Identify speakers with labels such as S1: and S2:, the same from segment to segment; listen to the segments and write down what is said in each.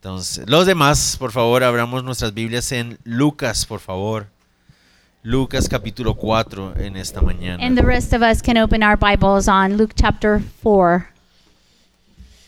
S1: Entonces, los demás, por favor, abramos nuestras Biblias en Lucas, por favor. Lucas capítulo 4 en esta mañana.
S2: And the rest of us can open our Bibles on Luke chapter 4.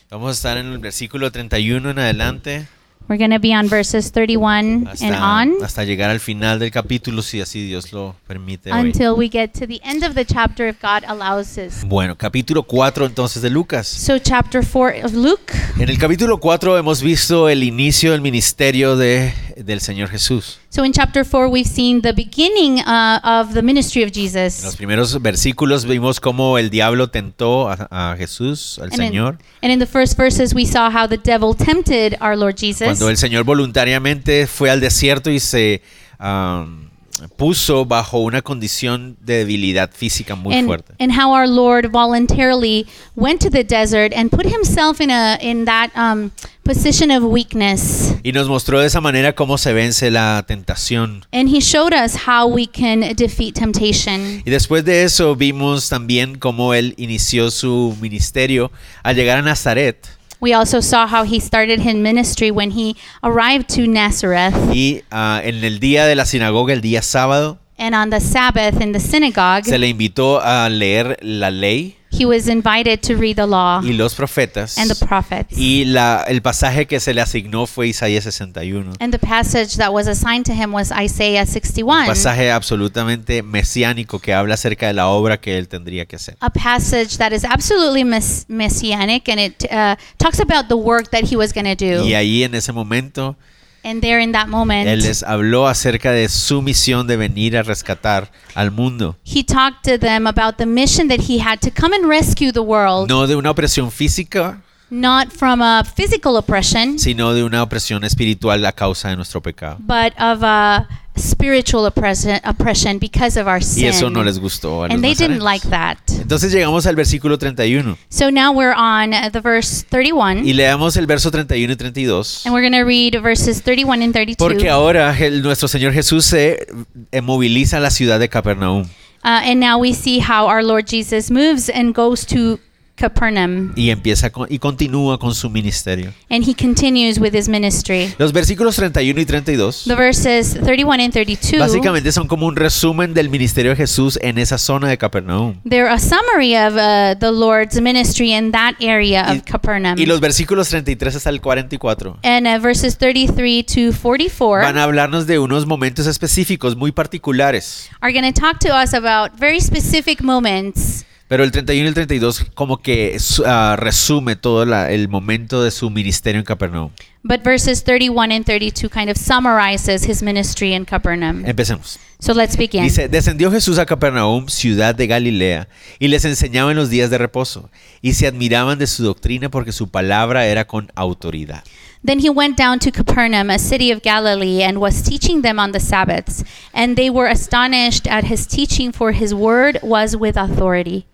S1: Vamos a estar en el versículo 31 en adelante
S2: We're going to be on verses 31 and
S1: hasta,
S2: on
S1: hasta llegar al final del capítulo, si así Dios lo permite hoy.
S2: until we get to the end of the chapter if God allows us.
S1: Bueno, capítulo 4 entonces de Lucas.
S2: So, chapter 4 of Luke,
S1: En el capítulo 4 hemos visto el inicio del ministerio de, del Señor Jesús.
S2: so in chapter 4, we've seen the beginning uh, of the ministry of
S1: En los
S2: Jesus.
S1: primeros versículos vimos cómo el diablo tentó a, a Jesús, al
S2: And in,
S1: Señor.
S2: and in the first verses, we saw how the devil tempted our Lord Jesus
S1: Cuando el Señor voluntariamente fue al desierto y se am, puso bajo una condición de debilidad física muy
S2: and,
S1: fuerte.
S2: and how our Lord voluntarily went to the desert and put himself in, a, in that um, position of weakness.
S1: Y nos mostró de esa manera cómo se vence la tentación.
S2: And he showed us how we can defeat temptation.
S1: Y después de eso vimos también cómo él inició su ministerio al llegar a Nazaret.
S2: We also saw how he started his ministry when he arrived to Nazareth.
S1: Y ah, en el día de la sinagoga, el día sábado,
S2: And on the Sabbath in the synagogue,
S1: se le invitó a leer la ley
S2: he was invited to read the law
S1: y los profetas.
S2: Ah. and the prophets.
S1: Y la- el pasaje que se le asignó fue Isaías 61.
S2: And the passage that was assigned to him was Isaiah
S1: Un
S2: 61,
S1: pasaje absolutamente mesiánico que habla acerca de la obra que él tendría que hacer.
S2: a passage that is absolutely mess- messianic and it uh, talks about the work that he was going to
S1: Y
S2: do.
S1: ahí en ese momento,
S2: And there in that
S1: él
S2: moment,
S1: les habló acerca de su misión de venir a rescatar al mundo.
S2: he talked to them about the mission that he had to come and rescue the world.
S1: No de una opresión física,
S2: not from a physical oppression,
S1: sino de una opresión espiritual a causa de nuestro pecado.
S2: but of a spiritual oppression, oppression because of our sin.
S1: Y eso no les gustó a los
S2: and they didn't
S1: nazarenos.
S2: like that.
S1: Entonces llegamos al versículo 31
S2: So now we're on uh, the verse 31,
S1: y leamos el verso 31 y 32.
S2: Mm-hmm. and we're going to read verses 31 and 32.
S1: Porque ahora el- nuestro Señor Jesús se eh, moviliza a la ciudad de Capernaum.
S2: Uh, and now we see how our Lord Jesus moves and goes to Capernaum,
S1: y empieza con- y continúa con su ministerio.
S2: and he continues with his ministry.
S1: Los versículos 31 y 32
S2: The verses 31 and 32.
S1: básicamente son como un resumen del ministerio de Jesús en esa zona de Capernaum.
S2: They're a summary of uh, the Lord's ministry in that area
S1: Y-
S2: of Capernaum.
S1: Y los versículos 33 hasta el 44
S2: And uh, verses 33 to 44
S1: van a hablarnos de unos momentos específicos muy particulares,
S2: are going to talk to us about very specific moments.
S1: pero el 31 y el 32 como que su- ah, resume todo la- el momento de su ministerio en Capernaum.
S2: But verses 31 and 32 kind of summarizes his ministry in Capernaum.
S1: Empecemos.
S2: So let's begin.
S1: Dice, descendió Jesús a Capernaum, ciudad de Galilea, y les enseñaba en los días de reposo, y se admiraban de su doctrina porque su palabra era con autoridad.
S2: Then he went down to Capernaum, a city of Galilee, and was teaching them on the Sabbaths. And they were astonished at his teaching, for his word was with authority.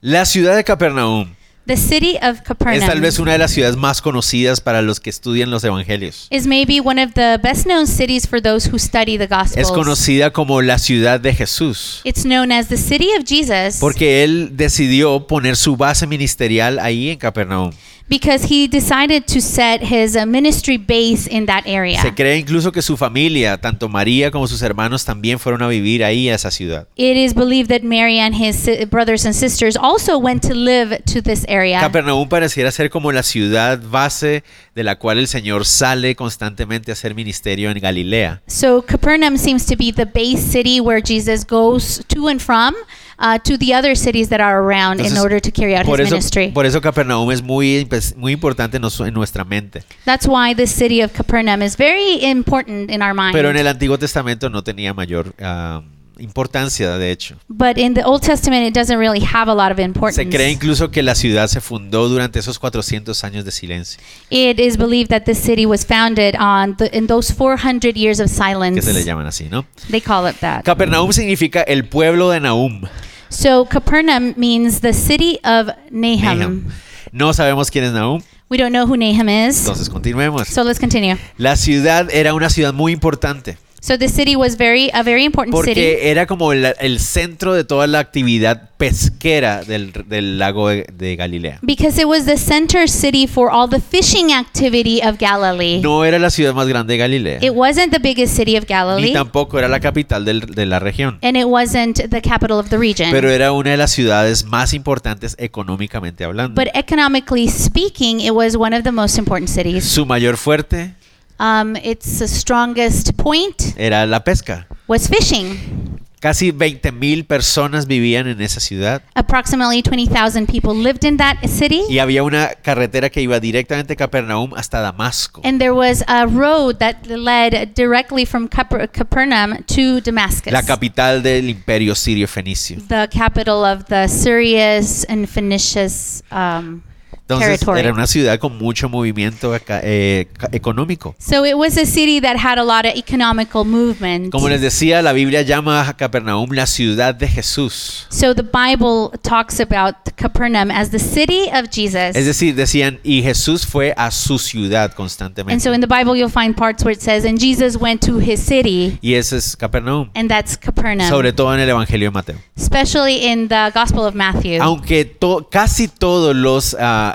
S1: La ciudad de Capernaum
S2: The city of Capernaum
S1: es tal vez una de las ciudades más conocidas para los que estudian los evangelios.
S2: is maybe one of the best known cities for those who study the
S1: Es
S2: Gospels.
S1: conocida como la ciudad de Jesús,
S2: It's known as the city of Jesus
S1: porque él decidió poner su base ministerial ahí en Capernaum.
S2: because he decided to set his uh, ministry base in that area.
S1: Se cree incluso que su familia, tanto María como sus hermanos, también fueron a vivir ahí a esa ciudad.
S2: It is believed that Mary and his si- brothers and sisters also went to live to this area.
S1: Capernaum pareciera ser como la ciudad base de la cual el Señor sale constantemente a hacer ministerio en Galilea.
S2: so Capernaum seems to be the base city where Jesus goes to and from uh, to the other cities that are around in
S1: Entonces,
S2: order to carry out his
S1: Por eso,
S2: ministry.
S1: por eso Capernaum es muy, impe- muy importante en nos- en nuestra mente.
S2: That's why the city of Capernaum is very important in our mind.
S1: Pero en el Antiguo Testamento no tenía mayor ah, importancia, de hecho.
S2: but in the Old Testament, it doesn't really have a lot of importance.
S1: Se cree incluso que la ciudad se fundó durante esos 400 años de silencio
S2: It is believed that this city was founded on the, in those 400 years of
S1: que
S2: silence.
S1: se le llaman así, ¿no?
S2: They call it that.
S1: Capernaum significa el pueblo de Nahum.
S2: so Capernaum means the city of Nahum.
S1: Nahum. No sabemos quién es Nahum,
S2: We don't know who Nahum is.
S1: entonces continuemos.
S2: So let's continue.
S1: La ciudad era una ciudad muy importante.
S2: So the city was very a very important city
S1: Porque era como el, el centro de toda la actividad pesquera del, del lago de, de Galilea.
S2: because it was the center city for all the fishing activity of Galilee.
S1: No era la ciudad más grande de Galilea.
S2: It wasn't the biggest city of
S1: Ni
S2: Galilee
S1: tampoco era la capital del- de la región.
S2: and it wasn't the capital of the region.
S1: Pero era una de las ciudades más importantes económicamente hablando.
S2: but economically speaking, it was one of the most important cities.
S1: Su mayor fuerte
S2: Um, its the strongest point
S1: era la pesca.
S2: was fishing.
S1: Casi 20.000 personas vivían en esa ciudad
S2: Approximately 20,000 people lived in that city,
S1: y había una carretera que iba directamente a Capernaum hasta Damasco.
S2: and there was a road that led directly from Caper- Capernaum to Damascus,
S1: La capital del imperio sirio-fenicio.
S2: the capital of the Syrius and Phoenicians um,
S1: Entonces
S2: territory.
S1: era una ciudad con mucho movimiento acá- eh, ca- económico.
S2: So it was a city that had a lot of economical movement.
S1: Como les decía, la Biblia llama a Capernaum la ciudad de Jesús.
S2: So the Bible talks about Capernaum as the city of Jesus.
S1: Es decir, decían, y Jesús fue a su ciudad
S2: and so
S1: constantemente.
S2: in the Bible, you'll find parts where it says, and Jesus went to his city,
S1: Y ese es Capernaum,
S2: and that's Capernaum,
S1: sobre todo en el Evangelio de Mateo.
S2: especially in the Gospel of Matthew.
S1: Aunque to- casi todos los ah,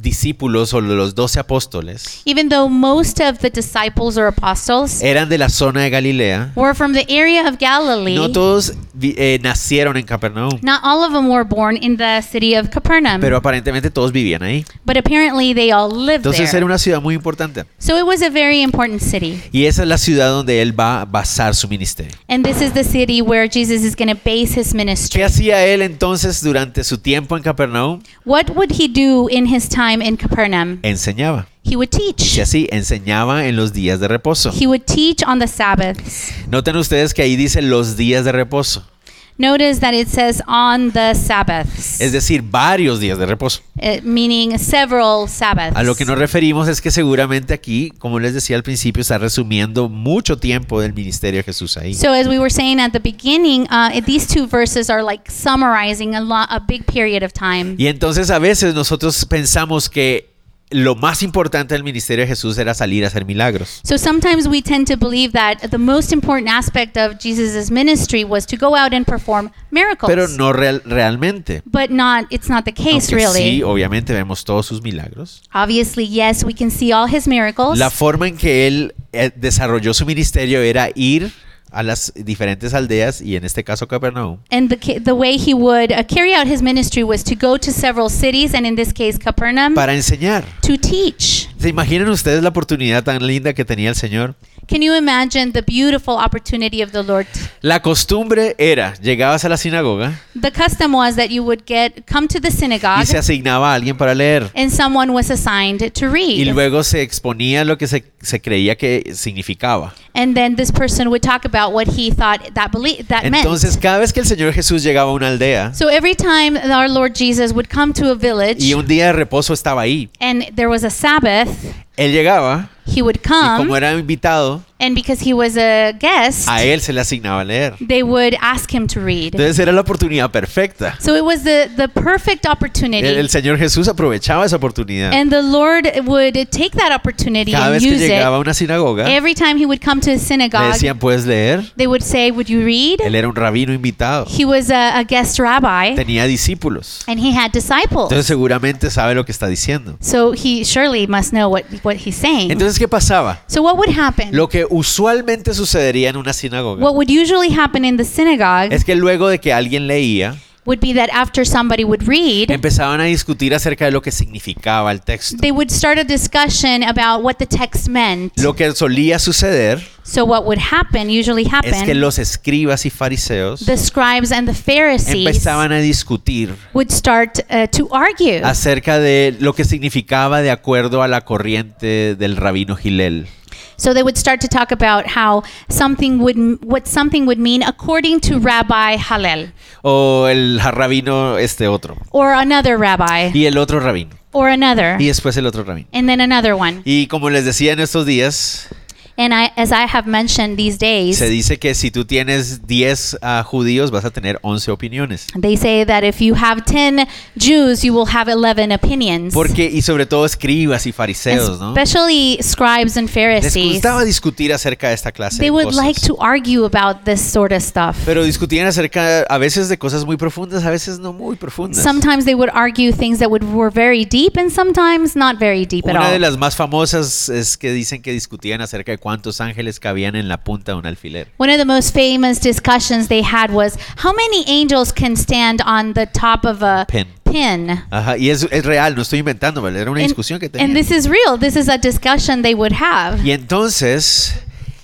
S1: discípulos o los doce apóstoles
S2: Even though most of the disciples or apostles
S1: eran de la zona de Galilea,
S2: were from the area of Galilee,
S1: no todos vi- eh, nacieron en Capernaum,
S2: not all of them were born in the city of Capernaum,
S1: pero aparentemente todos vivían ahí.
S2: but apparently they all lived
S1: Entonces
S2: there.
S1: era una ciudad muy importante.
S2: so it was a very important city.
S1: Y esa es la ciudad donde él va a basar su ministerio.
S2: And this is the city where Jesus is going to base his ministry.
S1: ¿Qué hacía él entonces durante su tiempo en Capernaum?
S2: What would he do in his time in Capernaum?
S1: Eh. Enseñaba.
S2: He would teach.
S1: Y así enseñaba en los días de reposo.
S2: He would teach on the Sabbaths.
S1: Noten ustedes que ahí dice los días de reposo.
S2: Notice that it says on the Sabbaths,
S1: Es decir, varios días de reposo.
S2: uh, meaning several Sabbaths.
S1: A lo que nos referimos es que seguramente aquí, como les decía al principio, está resumiendo mucho tiempo del ministerio de Jesús ahí.
S2: So, as we were saying at the beginning, uh, these two verses are like summarizing a, lot, a big period of time.
S1: Y entonces a veces nosotros pensamos que lo más importante del ministerio de Jesús era salir a hacer milagros.
S2: So, sometimes we tend to believe that the most important aspect of Jesus' ministry was to go out and perform miracles.
S1: Pero no real- realmente.
S2: but not, it's not the case,
S1: Aunque
S2: really.
S1: sí, obviamente vemos todos sus milagros.
S2: Obviously, yes, we can see all his miracles.
S1: La forma en que él eh, desarrolló su ministerio era ir a las diferentes aldeas y en este caso Capernaum
S2: and the, ca- the way he would uh, carry out his ministry was to go to several cities, and in this case, Capernaum,
S1: para enseñar.
S2: to teach.
S1: ¿Se imaginan ustedes la oportunidad tan linda que tenía el Señor?
S2: Can you imagine the beautiful opportunity of the Lord?
S1: La costumbre era, llegabas a la sinagoga
S2: The custom was that you would get come to the synagogue,
S1: y se asignaba a alguien para leer.
S2: and someone was assigned to
S1: Y
S2: read,
S1: luego se exponía lo que se, se creía que significaba.
S2: and then this person would talk about what he thought that belie- that
S1: Entonces,
S2: meant.
S1: cada vez que el Señor Jesús llegaba a una aldea
S2: So every time our Lord Jesus would come to a village,
S1: y un día de reposo estaba ahí,
S2: and there was a Sabbath,
S1: él llegaba
S2: he would
S1: y
S2: come.
S1: como era invitado,
S2: And because he was a guest,
S1: a él se le asignaba leer.
S2: they would ask him to read.
S1: Entonces era la oportunidad perfecta.
S2: So it was the, the perfect
S1: El,
S2: opportunity.
S1: el Señor Jesús aprovechaba esa oportunidad.
S2: and the Lord would take that opportunity
S1: Cada
S2: and
S1: vez que
S2: use
S1: llegaba a
S2: it.
S1: una sinagoga,
S2: Every time he would come to the
S1: Eh? le
S2: synagogue,
S1: decían, ¿puedes leer?
S2: they would say, Would you read?
S1: Él era un rabino invitado.
S2: He was a, a guest rabbi
S1: Tenía discípulos.
S2: and he had disciples.
S1: Entonces seguramente sabe lo que está diciendo.
S2: so he surely must know what, what he's saying.
S1: Entonces, ¿qué pasaba?
S2: so what would happen?
S1: Lo que usualmente sucedería en una sinagoga
S2: what would usually happen in the synagogue
S1: es que luego de que alguien leía,
S2: would be that after somebody would read,
S1: empezaban a discutir acerca de lo que significaba el texto.
S2: they would start a discussion about what the text meant.
S1: Lo que solía suceder
S2: So what would happen, usually happen,
S1: es que los escribas y fariseos
S2: the scribes and the Pharisees
S1: empezaban a discutir
S2: would start uh, to argue
S1: acerca de lo que significaba de acuerdo a la corriente del rabino Gilel.
S2: so they would start to talk about how something would m- what something would mean according to rabbi hallel
S1: O el rabino este otro.
S2: or another rabbi
S1: Y el otro rabino.
S2: or another
S1: Y después el otro rabino.
S2: and then another one
S1: Y como les decía en estos días,
S2: And I, as I have mentioned these days,
S1: Se dice que si tú tienes 10 ah, judíos vas a tener 11 opiniones.
S2: they say that if you have 10 Jews, you will have 11 opinions.
S1: Porque, y sobre todo escribas y fariseos, ¿no?
S2: Especially scribes and
S1: Les
S2: Pharisees.
S1: gustaba discutir acerca de esta clase
S2: They
S1: de
S2: would
S1: cosas.
S2: like to argue about this sort of stuff.
S1: Pero discutían acerca a veces de cosas muy profundas, a veces no muy profundas.
S2: Sometimes they would argue things that would, were very deep and sometimes not very deep at
S1: Una de
S2: all.
S1: las más famosas es que dicen que discutían acerca de cuántos ángeles cabían en la punta de un alfiler.
S2: One of the most famous discussions they had was how many angels can stand on the top of a
S1: Pin.
S2: pin?
S1: Ajá, y es, es real, no estoy inventando, ¿vale? Era una
S2: And-
S1: discusión que
S2: and
S1: tenían.
S2: this is real. This is a discussion they would have.
S1: Y entonces,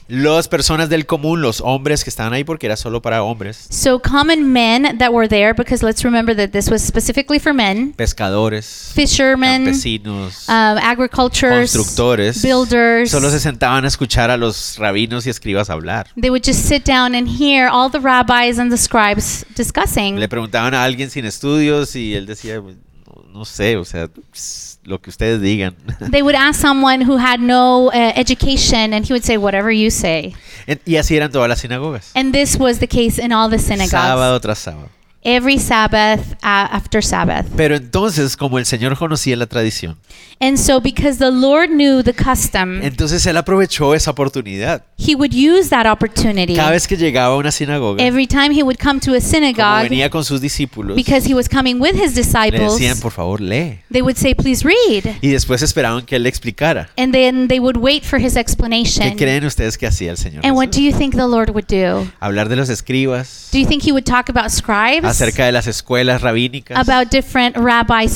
S1: las personas del común, los hombres que estaban ahí, porque era solo para hombres,
S2: So common men that were there, because let's remember that this was specifically for men,
S1: pescadores,
S2: fishermen,
S1: campesinos,
S2: um, agricultures,
S1: constructores,
S2: builders.
S1: solo se sentaban a escuchar a los rabinos y escribas hablar.
S2: They would just sit down and hear all the rabbis and the scribes discussing.
S1: Le preguntaban a alguien sin estudios y él decía, "Pues, no, no sé, o sea, pss, lo que ustedes digan.
S2: They would ask someone who had no uh, education, and he would say, Whatever you say.
S1: En- y así eran todas las sinagogas.
S2: And this was the case in all the synagogues.
S1: Sábado tras sábado.
S2: Every Sabbath uh, after Sabbath.
S1: Pero entonces, como el Señor conocía la tradición,
S2: And so, because the Lord knew the custom,
S1: entonces Él aprovechó esa oportunidad.
S2: he would use that opportunity.
S1: Cada vez que llegaba a una sinagoga,
S2: Every time he would come to a
S1: como
S2: synagogue,
S1: venía con sus discípulos, le
S2: because he was coming with his disciples,
S1: decían, por favor, lee.
S2: they would say, Please read.
S1: Y después esperaban que Él le explicara.
S2: And then they would wait for his
S1: ¿Qué
S2: explanation.
S1: creen ustedes que hacía el Señor?
S2: And what
S1: Jesús?
S2: do you think the Lord would do?
S1: Hablar de los escribas,
S2: Do you think he would talk about scribes?
S1: acerca de las escuelas rabínicas.
S2: About different rabbi
S1: No,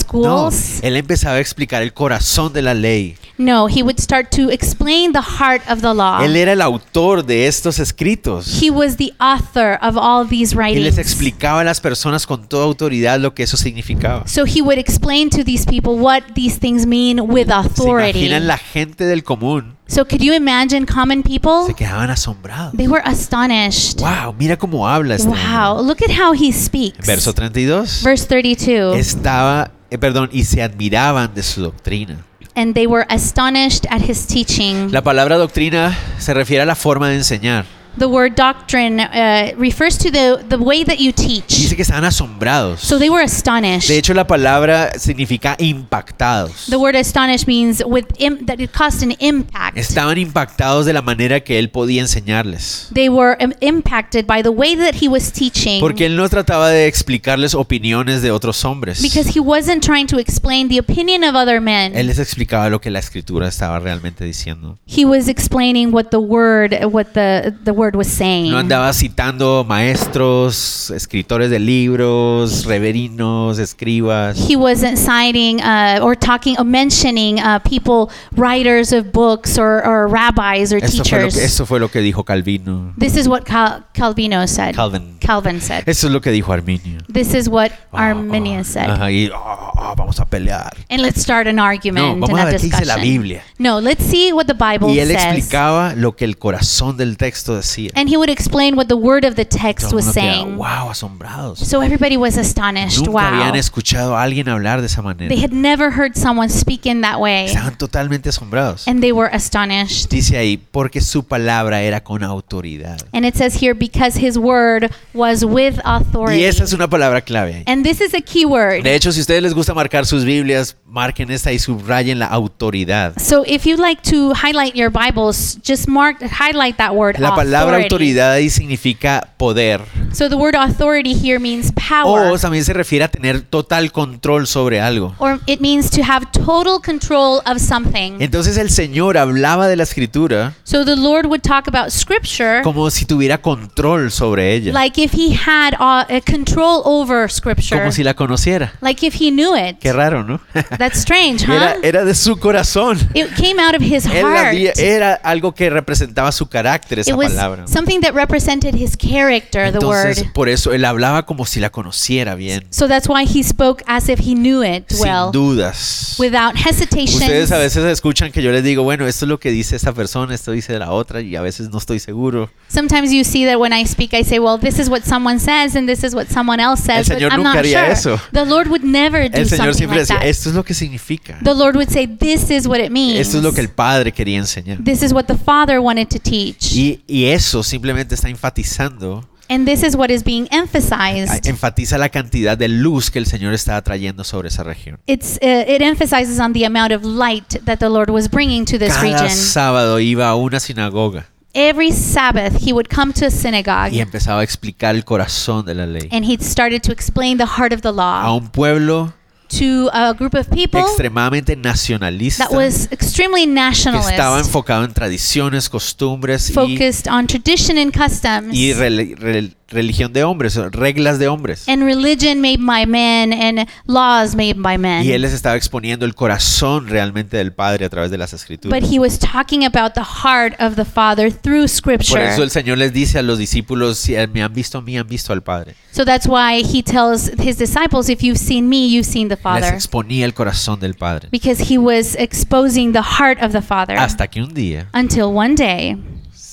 S2: schools?
S1: él empezaba a explicar el corazón de la ley.
S2: No, he would start to explain the heart of the law.
S1: Él era el autor de estos escritos.
S2: Ah. He was the author of all
S1: Y les
S2: these writings.
S1: explicaba a las personas con toda autoridad lo que eso significaba.
S2: So he would explain to these people what these things mean with
S1: ¿Se
S2: authority.
S1: imaginan la gente del común?
S2: So could you imagine common people?
S1: Se quedaban asombrados.
S2: Oh. They were astonished.
S1: Wow, mira cómo habla este
S2: Wow,
S1: hombre.
S2: look at how he speaks.
S1: Verso 32.
S2: Verse 32.
S1: Estaba, eh, perdón, y se admiraban de su doctrina.
S2: And they were astonished at his teaching.
S1: La palabra doctrina se refiere a la forma de enseñar.
S2: The word doctrine uh, refers to the, the way that you teach.
S1: Dice que estaban asombrados.
S2: So they were astonished.
S1: De hecho, la palabra significa impactados.
S2: The word astonished means with im- that it caused an impact.
S1: Estaban impactados de la manera que él podía enseñarles.
S2: They were im- impacted by the way that he was teaching
S1: Porque él no trataba de explicarles opiniones de otros hombres.
S2: because he wasn't trying to explain the opinion of other men.
S1: Él les explicaba lo que la escritura estaba realmente diciendo.
S2: he was explaining what the word what the the word was saying.
S1: No andaba citando maestros, escritores de libros, reverinos, escribas.
S2: he wasn't citing uh, or talking or mentioning uh, people, writers of books or, or rabbis or
S1: Esto fue, lo
S2: teachers.
S1: que, esto fue lo que dijo Calvino.
S2: This is what Cal- Calvino said.
S1: Calvin.
S2: Calvin said.
S1: Esto es lo que dijo Arminio.
S2: this is what
S1: Ah,
S2: Arminius
S1: ah,
S2: said.
S1: ajá, y, ah, ah, vamos a pelear.
S2: And let's start an argument
S1: No, vamos
S2: and
S1: a
S2: a
S1: ver qué dice
S2: discussion.
S1: la Biblia.
S2: No, let's see what the Bible
S1: Y él
S2: says.
S1: explicaba lo que el corazón del texto decía.
S2: And he would explain what the word of the text
S1: Todo el
S2: was
S1: mundo quedaba,
S2: saying.
S1: wow, asombrados.
S2: So everybody was astonished.
S1: Nunca
S2: wow.
S1: habían escuchado a alguien hablar de esa manera.
S2: They had never heard someone speak in that way.
S1: Estaban totalmente asombrados.
S2: And they were astonished.
S1: Dice ahí, porque su palabra era con autoridad.
S2: And it says here, because his word was with authority.
S1: Y esa es una palabra clave.
S2: And this is a key word.
S1: De hecho, si a ustedes les gusta marcar sus Biblias, marquen esta y subrayen la autoridad.
S2: So if you'd like to highlight your Bibles, just mark highlight that word
S1: La palabra
S2: authority.
S1: autoridad ahí significa poder.
S2: So the word authority here means power.
S1: O también se refiere Oh, a tener total control sobre algo.
S2: or it means to have total control of something.
S1: Entonces el Señor hablaba de la escritura
S2: so the Lord would talk about scripture
S1: como si tuviera control sobre ella,
S2: like if he had uh, uh, control over scripture.
S1: como si la conociera.
S2: like if he knew it.
S1: Qué raro, ¿no?
S2: That's strange, huh?
S1: Era, era de su corazón.
S2: it came out of his
S1: Él la
S2: heart.
S1: había- era algo que representaba su carácter, esa
S2: it was
S1: palabra.
S2: something that represented his character, the
S1: Entonces,
S2: word.
S1: por eso él hablaba como si la conociera bien,
S2: So that's why he spoke as if he knew it
S1: sin
S2: well,
S1: dudas.
S2: without
S1: Ustedes a
S2: hesitation.
S1: veces escuchan que yo les digo, bueno, esto es lo que dice esta persona, esto dice la otra, y a veces no estoy seguro.
S2: Sometimes you see that when I speak, I say, well, this is what someone says and this is what someone else says, but
S1: Señor
S2: I'm
S1: nunca
S2: not
S1: haría
S2: sure.
S1: eso.
S2: The Lord would never do
S1: El Señor
S2: something
S1: siempre
S2: like
S1: decía,
S2: that.
S1: esto es lo que significa.
S2: The Lord would say, this is what it means.
S1: Esto es lo que el Padre quería enseñar.
S2: This is what the Father wanted to teach.
S1: Y, y eso simplemente está enfatizando,
S2: And this is what is being emphasized.
S1: Ah, enfatiza la cantidad de luz que el Señor está atrayendo sobre esa región.
S2: It's, uh, it emphasizes on the amount of light that the Lord was bringing to this
S1: Cada
S2: region.
S1: sábado iba a una sinagoga
S2: Every Sabbath, he would come to a synagogue
S1: y empezaba a explicar el corazón de la ley
S2: and he started to explain the heart of the
S1: a
S2: law
S1: un pueblo
S2: to a group of people
S1: extremadamente nacionalista
S2: that was extremely
S1: que estaba
S2: nationalist,
S1: enfocado en tradiciones, costumbres y
S2: focused on tradition and customs.
S1: y rel- rel- religión de hombres, reglas de hombres.
S2: And religion made by men and laws made by men.
S1: Y él les estaba exponiendo el corazón realmente del Padre a través de las
S2: But
S1: escrituras.
S2: he was talking about the heart of the Father through
S1: Por
S2: Scripture.
S1: eso el Señor les dice a los discípulos, si me han visto a mí, han visto al Padre.
S2: So that's why he tells his disciples, if you've seen me, you've seen the
S1: Les
S2: Father.
S1: exponía el corazón del Padre.
S2: Because he was exposing the heart of the Father.
S1: Hasta que un día,
S2: Until one day,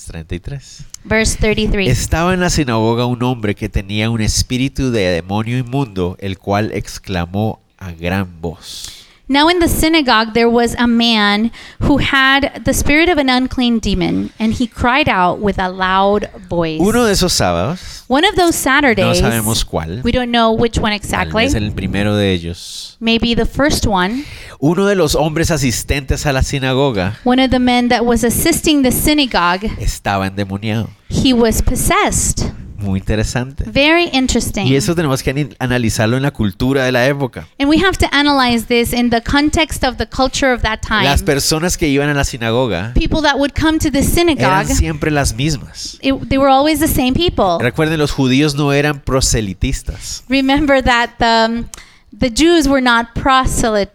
S1: 33,
S2: verse 33.
S1: estaba en la sinagoga un hombre que tenía un espíritu de demonio inmundo, el cual exclamó a gran voz.
S2: Now in the synagogue there was a man who had the spirit of an unclean demon, and he cried out with a loud voice.
S1: Uno de esos sábados,
S2: one of those
S1: no
S2: Saturdays,
S1: sabemos cuál,
S2: we don't know which one
S1: tal
S2: exactly,
S1: vez el primero de ellos,
S2: maybe the first one,
S1: Uno de los hombres asistentes a la sinagoga
S2: one of the men that was assisting the synagogue,
S1: estaba endemoniado.
S2: he was possessed.
S1: Muy interesante.
S2: Very interesting.
S1: Y eso tenemos que ani- analizarlo en la cultura de la época.
S2: And we have to analyze this in the context of the culture of that time.
S1: Las personas que iban a la sinagoga
S2: People that would come to the synagogue,
S1: eran siempre las mismas.
S2: it, they were always the same people.
S1: Recuerden, los judíos no eran proselitistas.
S2: Remember that the, um, the Jews were not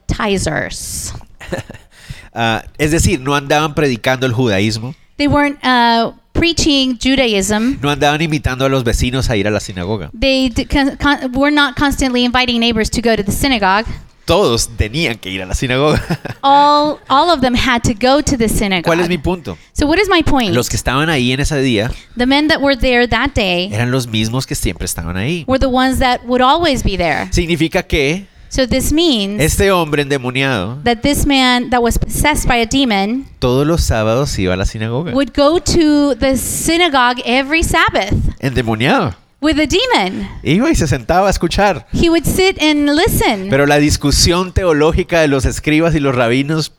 S2: proselytizers.
S1: Ah, es decir, no andaban predicando el judaísmo,
S2: They weren't uh, preaching Judaism.
S1: no andaban invitando a los vecinos a ir a la sinagoga.
S2: They d- con- con- were not constantly inviting neighbors to go to the synagogue.
S1: Todos tenían que ir a la sinagoga.
S2: All, all of them had to go to the
S1: ¿Cuál es mi
S2: synagogue.
S1: punto?
S2: So what is my point?
S1: Los que estaban ahí en ese día
S2: The men that were there that day
S1: eran los mismos que siempre estaban ahí.
S2: were the ones that would always be there.
S1: Significa que
S2: So this means
S1: Este hombre endemoniado
S2: that this man that was possessed by a demon
S1: todos los sábados iba a la sinagoga.
S2: would go to the synagogue every Sabbath
S1: Endemoniado.
S2: with a demon.
S1: Iba y se sentaba a escuchar.
S2: He would sit and listen.
S1: Pero la discusión teológica de los escribas y los rabinos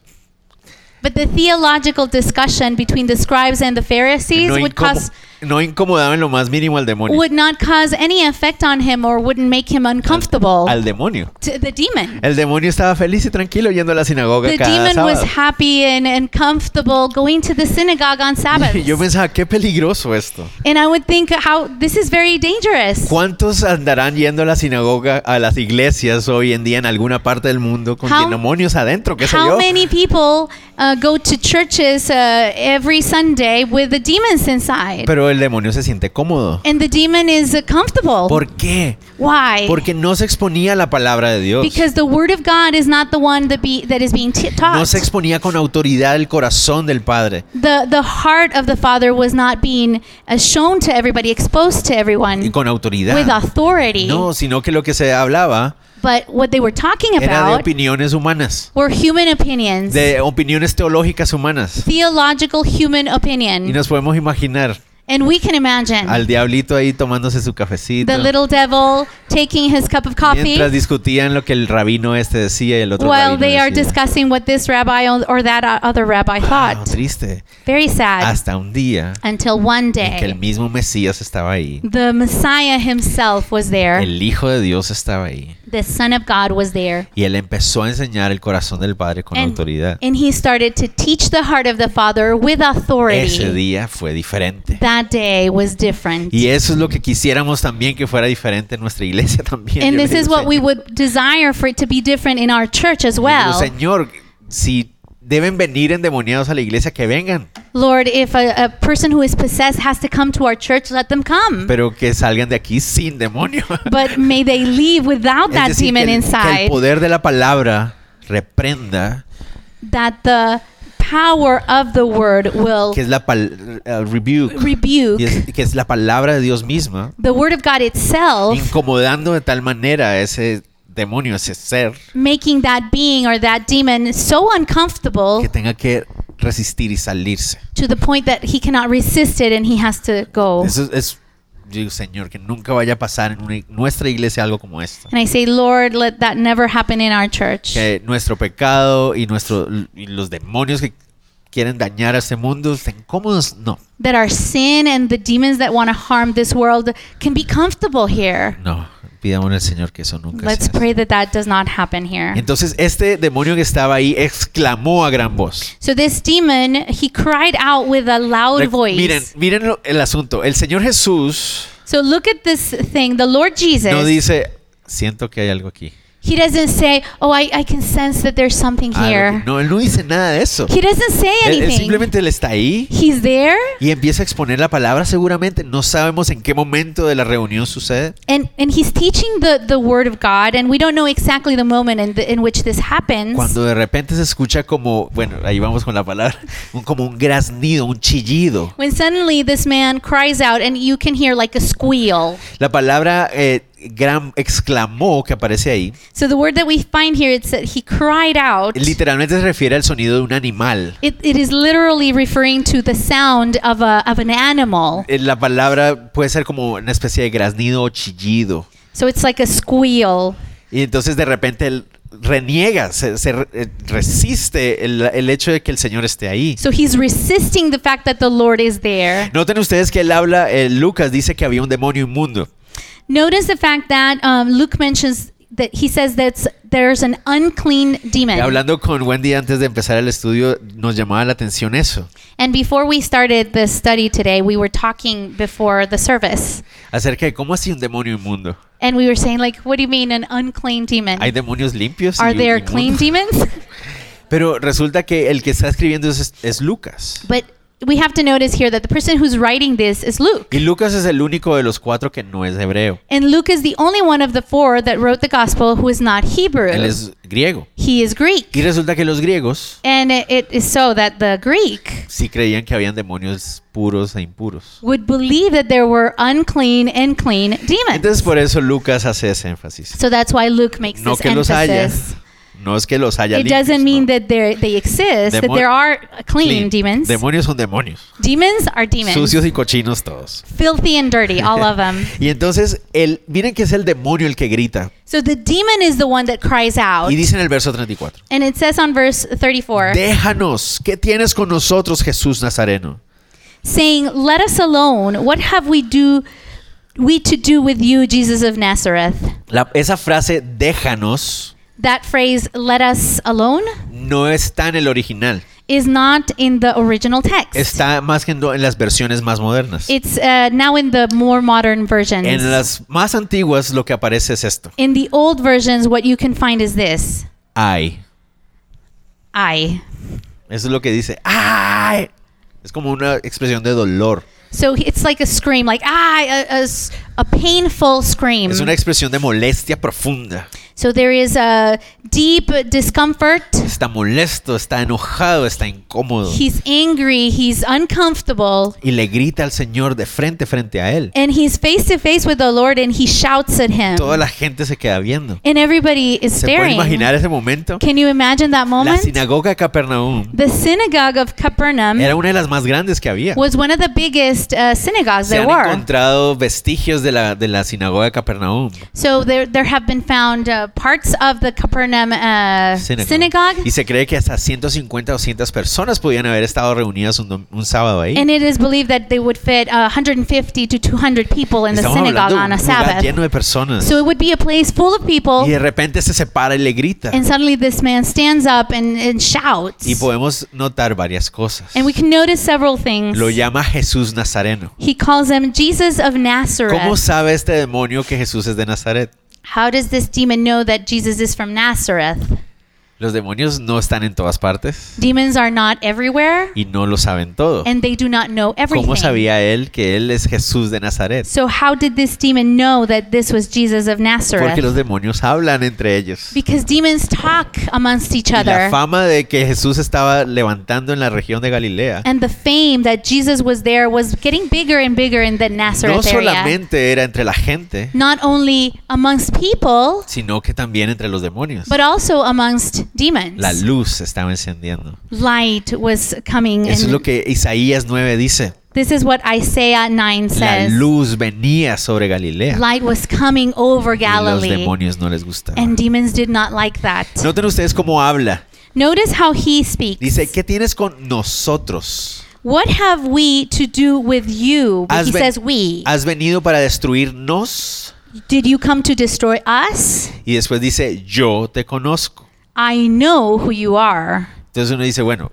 S2: But the theological discussion between the scribes and the Pharisees
S1: no,
S2: would
S1: incomo-
S2: cause
S1: no incomodaba en lo más mínimo al demonio.
S2: would not cause any effect on him or wouldn't make him uncomfortable
S1: Al demonio.
S2: to the demon.
S1: El demonio estaba feliz y tranquilo yendo a la sinagoga
S2: The
S1: cada
S2: demon was
S1: sábado.
S2: happy and, and comfortable going to the synagogue on Sabbath.
S1: Y Yo pensaba, qué peligroso esto.
S2: And I would think how this is very dangerous.
S1: ¿Cuántos andarán yendo a la sinagoga, a las iglesias hoy en día en alguna parte del mundo con
S2: How-
S1: demonios adentro? ¿Qué sé yo?
S2: How many people uh, go to churches uh, every Sunday with the demons inside?
S1: Pero el demonio se siente cómodo.
S2: and the demon is uh, comfortable.
S1: ¿Por qué?
S2: Why?
S1: Porque no se exponía la palabra de Dios.
S2: Eh. because the word of God is not the one that, be, that is being t- taught.
S1: No se exponía con autoridad el corazón del Padre.
S2: the, the heart of the Father was not being uh, shown to everybody, exposed to
S1: Y
S2: everyone
S1: con autoridad.
S2: Mm. with authority.
S1: No, sino que lo que se hablaba
S2: But what they were talking
S1: era de
S2: about
S1: opiniones humanas,
S2: were human opinions,
S1: de opiniones teológicas humanas.
S2: theological human opinion.
S1: Y nos podemos imaginar
S2: and we can imagine
S1: al diablito ahí tomándose su cafecito
S2: the little devil taking his cup of coffee.
S1: mientras discutían lo que el rabino este decía y el otro
S2: while
S1: rabino
S2: they are
S1: decía.
S2: discussing what this rabbi o- or that o- other rabbi
S1: Wow,
S2: thought.
S1: triste.
S2: Very sad.
S1: Hasta un día
S2: Until one
S1: en que el
S2: day,
S1: mismo Mesías estaba ahí,
S2: the Messiah himself was there.
S1: el Hijo de Dios estaba ahí.
S2: The Son of God was there.
S1: Y él empezó a enseñar el corazón del Padre con
S2: And,
S1: autoridad.
S2: and he started to teach the heart of the Father with
S1: Ese
S2: authority.
S1: día fue diferente.
S2: That day was different.
S1: Y eso es lo que quisiéramos también que fuera diferente en nuestra iglesia también.
S2: And
S1: Yo
S2: this
S1: le
S2: is
S1: digo,
S2: what we would desire for it to be different in our church as
S1: "Señor", yo le digo,
S2: well.
S1: Señor, si deben venir endemoniados a la iglesia, que vengan.
S2: Lord, if a, a person who is possessed has to come to our church, let them come.
S1: pero que salgan de aquí sin demonio.
S2: but may they leave without
S1: Es
S2: that
S1: decir,
S2: demon
S1: que el, que el
S2: inside.
S1: poder de la palabra reprenda,
S2: that the power of the word will
S1: que es la pal- eh, rebuke,
S2: Oh. rebuke
S1: y es- que es la palabra de Dios misma,
S2: the word of God itself,
S1: incomodando de tal manera a ese demonio, ese ser,
S2: making that being or that demon so uncomfortable
S1: que tenga que resistir y salirse.
S2: to the point that he cannot resist it and he has to go.
S1: Eso es, es- yo digo, Señor, que nunca vaya a pasar en una- nuestra iglesia algo como esto.
S2: And I say, Lord, let that never happen in our church.
S1: Que nuestro pecado y, nuestro, y los demonios que quieren dañar a este mundo estén cómodos. No,
S2: That our sin and the demons that want to harm this world can be comfortable here.
S1: no. Pidámosle al Señor que eso nunca
S2: Let's
S1: sea así.
S2: pray that that does not happen here.
S1: Entonces este demonio que estaba ahí exclamó a gran voz.
S2: So this demon, he cried out with a loud
S1: Rec- Miren,
S2: voice.
S1: miren lo- el asunto. El Señor Jesús
S2: So look at this thing. The Lord Jesus,
S1: no dice, siento que hay algo aquí.
S2: he doesn't say, "Oh, I, I can sense that there's something
S1: Algo
S2: here."
S1: que-". No, él no dice nada de eso.
S2: He doesn't say
S1: Él, él
S2: anything.
S1: simplemente él está ahí
S2: He's there,
S1: y empieza a exponer la palabra seguramente. No sabemos en qué momento de la reunión sucede.
S2: and and he's teaching the the word of God, and we don't know exactly the moment in the, in which this happens.
S1: Cuando de repente se escucha como, bueno, ahí vamos con la palabra, un- como un graznido, un chillido.
S2: When suddenly this man cries out, and you can hear like a squeal.
S1: La palabra eh, gran exclamó que aparece ahí,
S2: So the word that we find here, it's that he cried out.
S1: literalmente se refiere al sonido de un animal.
S2: It, it is literally referring to the sound of a of an animal.
S1: Eh, La palabra puede ser como una especie de graznido o chillido.
S2: So it's like a squeal.
S1: Y entonces de repente él reniega, se, se re- eh, resiste el, el hecho de que el Señor esté ahí.
S2: So he's resisting the fact that the Lord is there.
S1: Noten ustedes que él habla, eh, Lucas dice que había un demonio inmundo.
S2: Notice the fact that um, Luke mentions that he says that there's an unclean
S1: Y
S2: demon.
S1: hablando con Wendy antes de empezar el estudio, nos llamaba la atención eso,
S2: And before we started the study today, we were talking before the service.
S1: acerca de cómo así un demonio inmundo.
S2: And we were saying, like, what do you mean an unclean demon?
S1: Hay demonios limpios. y
S2: Are there
S1: inmundos.
S2: clean demons?
S1: Pero resulta que el que está escribiendo es, es Lucas.
S2: but we have to notice here that the person who's writing this is Luke.
S1: Y Lucas es el único de los cuatro que no es hebreo.
S2: And Luke is the only one of the four that wrote the gospel who is not Hebrew.
S1: Él es griego.
S2: He is Greek.
S1: Y resulta que los griegos
S2: And it- it is so that the Greek
S1: sí creían que habían demonios puros e impuros.
S2: would believe that there were unclean and clean demons.
S1: Entonces por eso Lucas hace ese énfasis.
S2: So that's why Luke makes
S1: No
S2: this
S1: que los haya.
S2: emphasis.
S1: No es que los haya
S2: It
S1: limpios,
S2: doesn't
S1: no.
S2: mean that there- they exist, that
S1: Demo-
S2: there are
S1: Clean.
S2: clean demons.
S1: Demonios son demonios.
S2: Demons are demons.
S1: Sucios y cochinos todos.
S2: Filthy and dirty, all of them.
S1: Y entonces, el, miren que es el demonio el que grita.
S2: So the demon is the one that cries out.
S1: Y dice en el verso 34.
S2: And it says on verse 34,
S1: Déjanos, ¿qué tienes con nosotros, Jesús Nazareno?
S2: saying, Let us alone. What have we do we to do with you, Jesus of Nazareth?
S1: La- esa frase, déjanos,
S2: That phrase, let us alone,
S1: no está en el original.
S2: is not in the original text.
S1: Está más que en, do- en las versiones más modernas.
S2: It's uh, now in the more modern versions.
S1: En las más antiguas lo que aparece es esto.
S2: in the old versions, what you can find is this
S1: Ay.
S2: I.
S1: Eso es lo que dice. Ay. Es como una expresión de dolor.
S2: So he- it's like a scream, like I, a, a s- a painful scream.
S1: Es una expresión de molestia profunda.
S2: So there is a deep discomfort.
S1: Está molesto, está enojado, está incómodo.
S2: He's angry, he's uncomfortable,
S1: Y le grita al Señor de frente, frente a él.
S2: and he's face to face with the Lord and he shouts at him.
S1: Toda la gente se queda viendo.
S2: And everybody is
S1: ¿Se puede
S2: staring.
S1: imaginar ese momento?
S2: Can you imagine that
S1: La
S2: moment?
S1: sinagoga de Capernaum
S2: The synagogue of Capernaum
S1: era una de las más grandes que había.
S2: was one of the biggest uh, synagogues
S1: Se
S2: there
S1: han
S2: were.
S1: encontrado vestigios de la, de la sinagoga de Capernaum.
S2: So there, there have been found uh, parts of the Capernaum uh, synagogue.
S1: Y se cree que hasta 150 o 200 personas podían haber estado reunidas un, dom- un sábado ahí.
S2: and it is believed that they would fit uh, 150 to 200 people in the
S1: Estamos
S2: synagogue
S1: hablando de
S2: on a
S1: un lugar
S2: Sabbath.
S1: lleno de personas.
S2: So it would be a place full of people,
S1: y de repente se separa y le grita.
S2: and suddenly this man stands up and, and shouts.
S1: Y podemos notar varias cosas.
S2: and we can notice several things.
S1: Lo llama Jesús Nazareno.
S2: He calls him Jesus of
S1: ¿Cómo
S2: Nazareth.
S1: sabe este demonio que Jesús es de Nazaret?
S2: How does this demon know that Jesus is from Nazareth?
S1: Los demonios no están en todas partes
S2: Demons are not everywhere
S1: y no lo saben todo.
S2: and they do not know
S1: ¿Cómo
S2: everything.
S1: sabía él que él es Jesús de Nazaret?
S2: So, how did this demon know that this was Jesus of
S1: Porque los
S2: Nazareth?
S1: demonios hablan entre ellos.
S2: Because demons talk amongst each
S1: Y la
S2: other.
S1: fama de que Jesús estaba levantando en la región de Galilea
S2: And the fame that Jesus was there was getting bigger and bigger in the
S1: no
S2: Nazareth area.
S1: solamente era entre la gente,
S2: Not only amongst people,
S1: sino que también entre los demonios.
S2: but also amongst
S1: La
S2: demons.
S1: luz se estaba encendiendo.
S2: Light was coming.
S1: Eso es
S2: and
S1: lo que Isaías 9 dice.
S2: This is what Isaiah 9
S1: La
S2: says.
S1: luz venía sobre Galilea.
S2: Light was coming over
S1: Y los
S2: Galilee.
S1: demonios no les gustaban.
S2: And demons did not like that.
S1: Noten ustedes cómo habla.
S2: Notice how he speaks.
S1: Dice, ¿qué tienes con nosotros?
S2: What have we to do with you? But
S1: Has
S2: he
S1: ven-
S2: says we.
S1: ¿Has venido para destruirnos?
S2: Did you come to destroy us?
S1: Y después dice, yo te conozco.
S2: I know who you are.
S1: Entonces uno dice, bueno,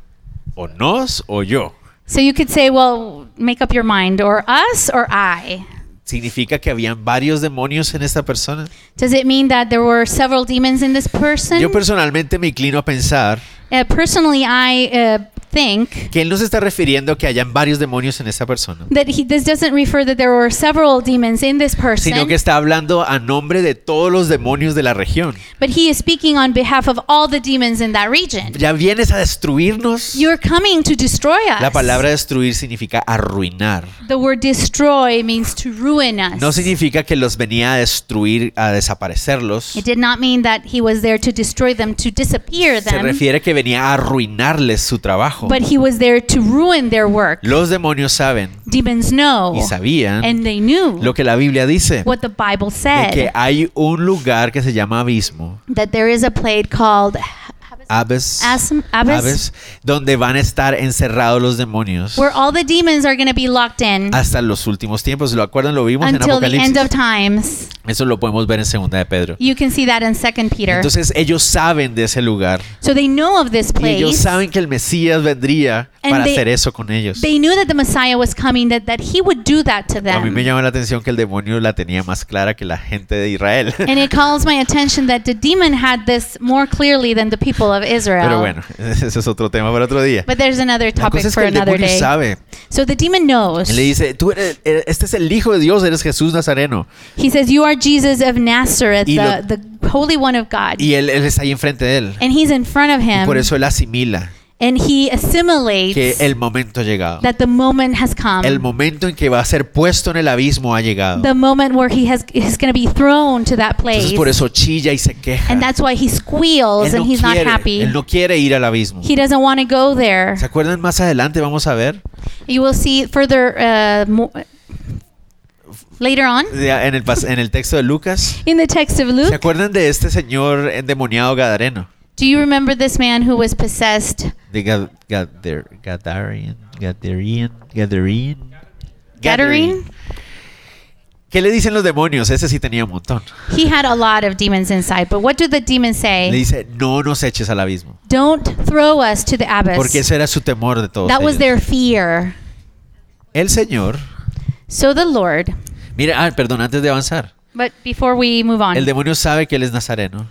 S1: o nos o yo.
S2: So you could say, well, make up your mind, or us or I.
S1: ¿Significa que habían varios demonios en esta persona?
S2: Does it mean that there were several demons in this person?
S1: Yo personalmente me inclino a pensar
S2: uh, personally, I uh, think
S1: que él nos está refiriendo a que hayan varios demonios en esta persona,
S2: that he, this doesn't refer that there were several demons in this person,
S1: sino que está hablando a nombre de todos los demonios de la región.
S2: but he is speaking on behalf of all the demons in that region.
S1: ¿Ya vienes a destruirnos?
S2: You're coming to destroy us.
S1: La palabra destruir significa arruinar.
S2: The word destroy means to ruin us.
S1: No significa que los venía a destruir, a desaparecerlos.
S2: It did not mean that he was there to destroy them, to disappear
S1: Se
S2: them,
S1: refiere que venía a arruinarles su trabajo.
S2: but he was there to ruin their work.
S1: Los demonios saben
S2: Demons know,
S1: y sabían
S2: Oh. and they knew
S1: lo que la Biblia dice,
S2: what the Bible
S1: de
S2: said
S1: que hay un lugar que se llama abismo,
S2: that there is a place called
S1: Hades,
S2: Asm- Hades.
S1: Hades, donde van a estar encerrados los demonios
S2: where all the demons are going to be locked in
S1: hasta los últimos tiempos. ¿Lo acuerdan? Lo vimos en
S2: until the
S1: Apocalipsis.
S2: end of times.
S1: Eso lo podemos ver en Segunda de Pedro.
S2: You can see that in Second Peter.
S1: Entonces ellos saben de ese lugar
S2: so they know of this
S1: y ellos
S2: place.
S1: saben que el Mesías vendría
S2: And
S1: para
S2: they-
S1: hacer eso con ellos.
S2: They knew that the Messiah was coming, that, that he would do that to
S1: A mí me
S2: them.
S1: llama la atención que el demonio la tenía más clara que la gente de Israel.
S2: And it calls my attention that the demon had this more clearly than the people of Israel.
S1: Pero bueno, ese es otro tema para otro día.
S2: But there's another
S1: La
S2: topic
S1: cosa es
S2: for
S1: que el
S2: another
S1: demonio
S2: day.
S1: sabe.
S2: So the demon knows.
S1: Él le dice, tú eres, eres- este es el Hijo de Dios, eres Jesús Nazareno.
S2: He says, You are Jesus of Nazareth,
S1: Y
S2: the, the Holy One of God.
S1: Y él, él está ahí enfrente de él.
S2: and he's in front of
S1: Y
S2: him.
S1: por eso él asimila
S2: and he assimilates
S1: que el momento ha llegado.
S2: that the moment has come.
S1: El momento en que va a ser puesto en el abismo ha llegado.
S2: the moment where he has is going to be thrown to that place.
S1: Entonces por eso chilla y se queja.
S2: and
S1: Él
S2: that's why he squeals
S1: no,
S2: and he's not
S1: quiere,
S2: happy.
S1: él no quiere ir al abismo.
S2: he doesn't want to go there.
S1: ¿Se acuerdan? Más adelante vamos a ver
S2: You will see further uh, mo- later on
S1: ya en el, pas- en el texto de Lucas.
S2: in the text of
S1: ¿Se
S2: Luke.
S1: acuerdan de este señor endemoniado gadareno?
S2: Do you remember this man who was possessed?
S1: De Ga- Gader- Gadarian, Gadarian, Gadarian.
S2: Gadarene?
S1: ¿Qué le dicen los demonios? Ese sí tenía un montón.
S2: He had a lot of demons inside, but what do the demons
S1: Le
S2: say?
S1: dice, no nos eches al abismo.
S2: Don't throw us to the
S1: Porque
S2: abyss.
S1: ese era su temor de todos.
S2: Pues That was
S1: ellos.
S2: their fear.
S1: El Señor.
S2: So the Lord,
S1: Mira, ah, perdón, antes de avanzar.
S2: but before we move on,
S1: El demonio sabe que él es nazareno.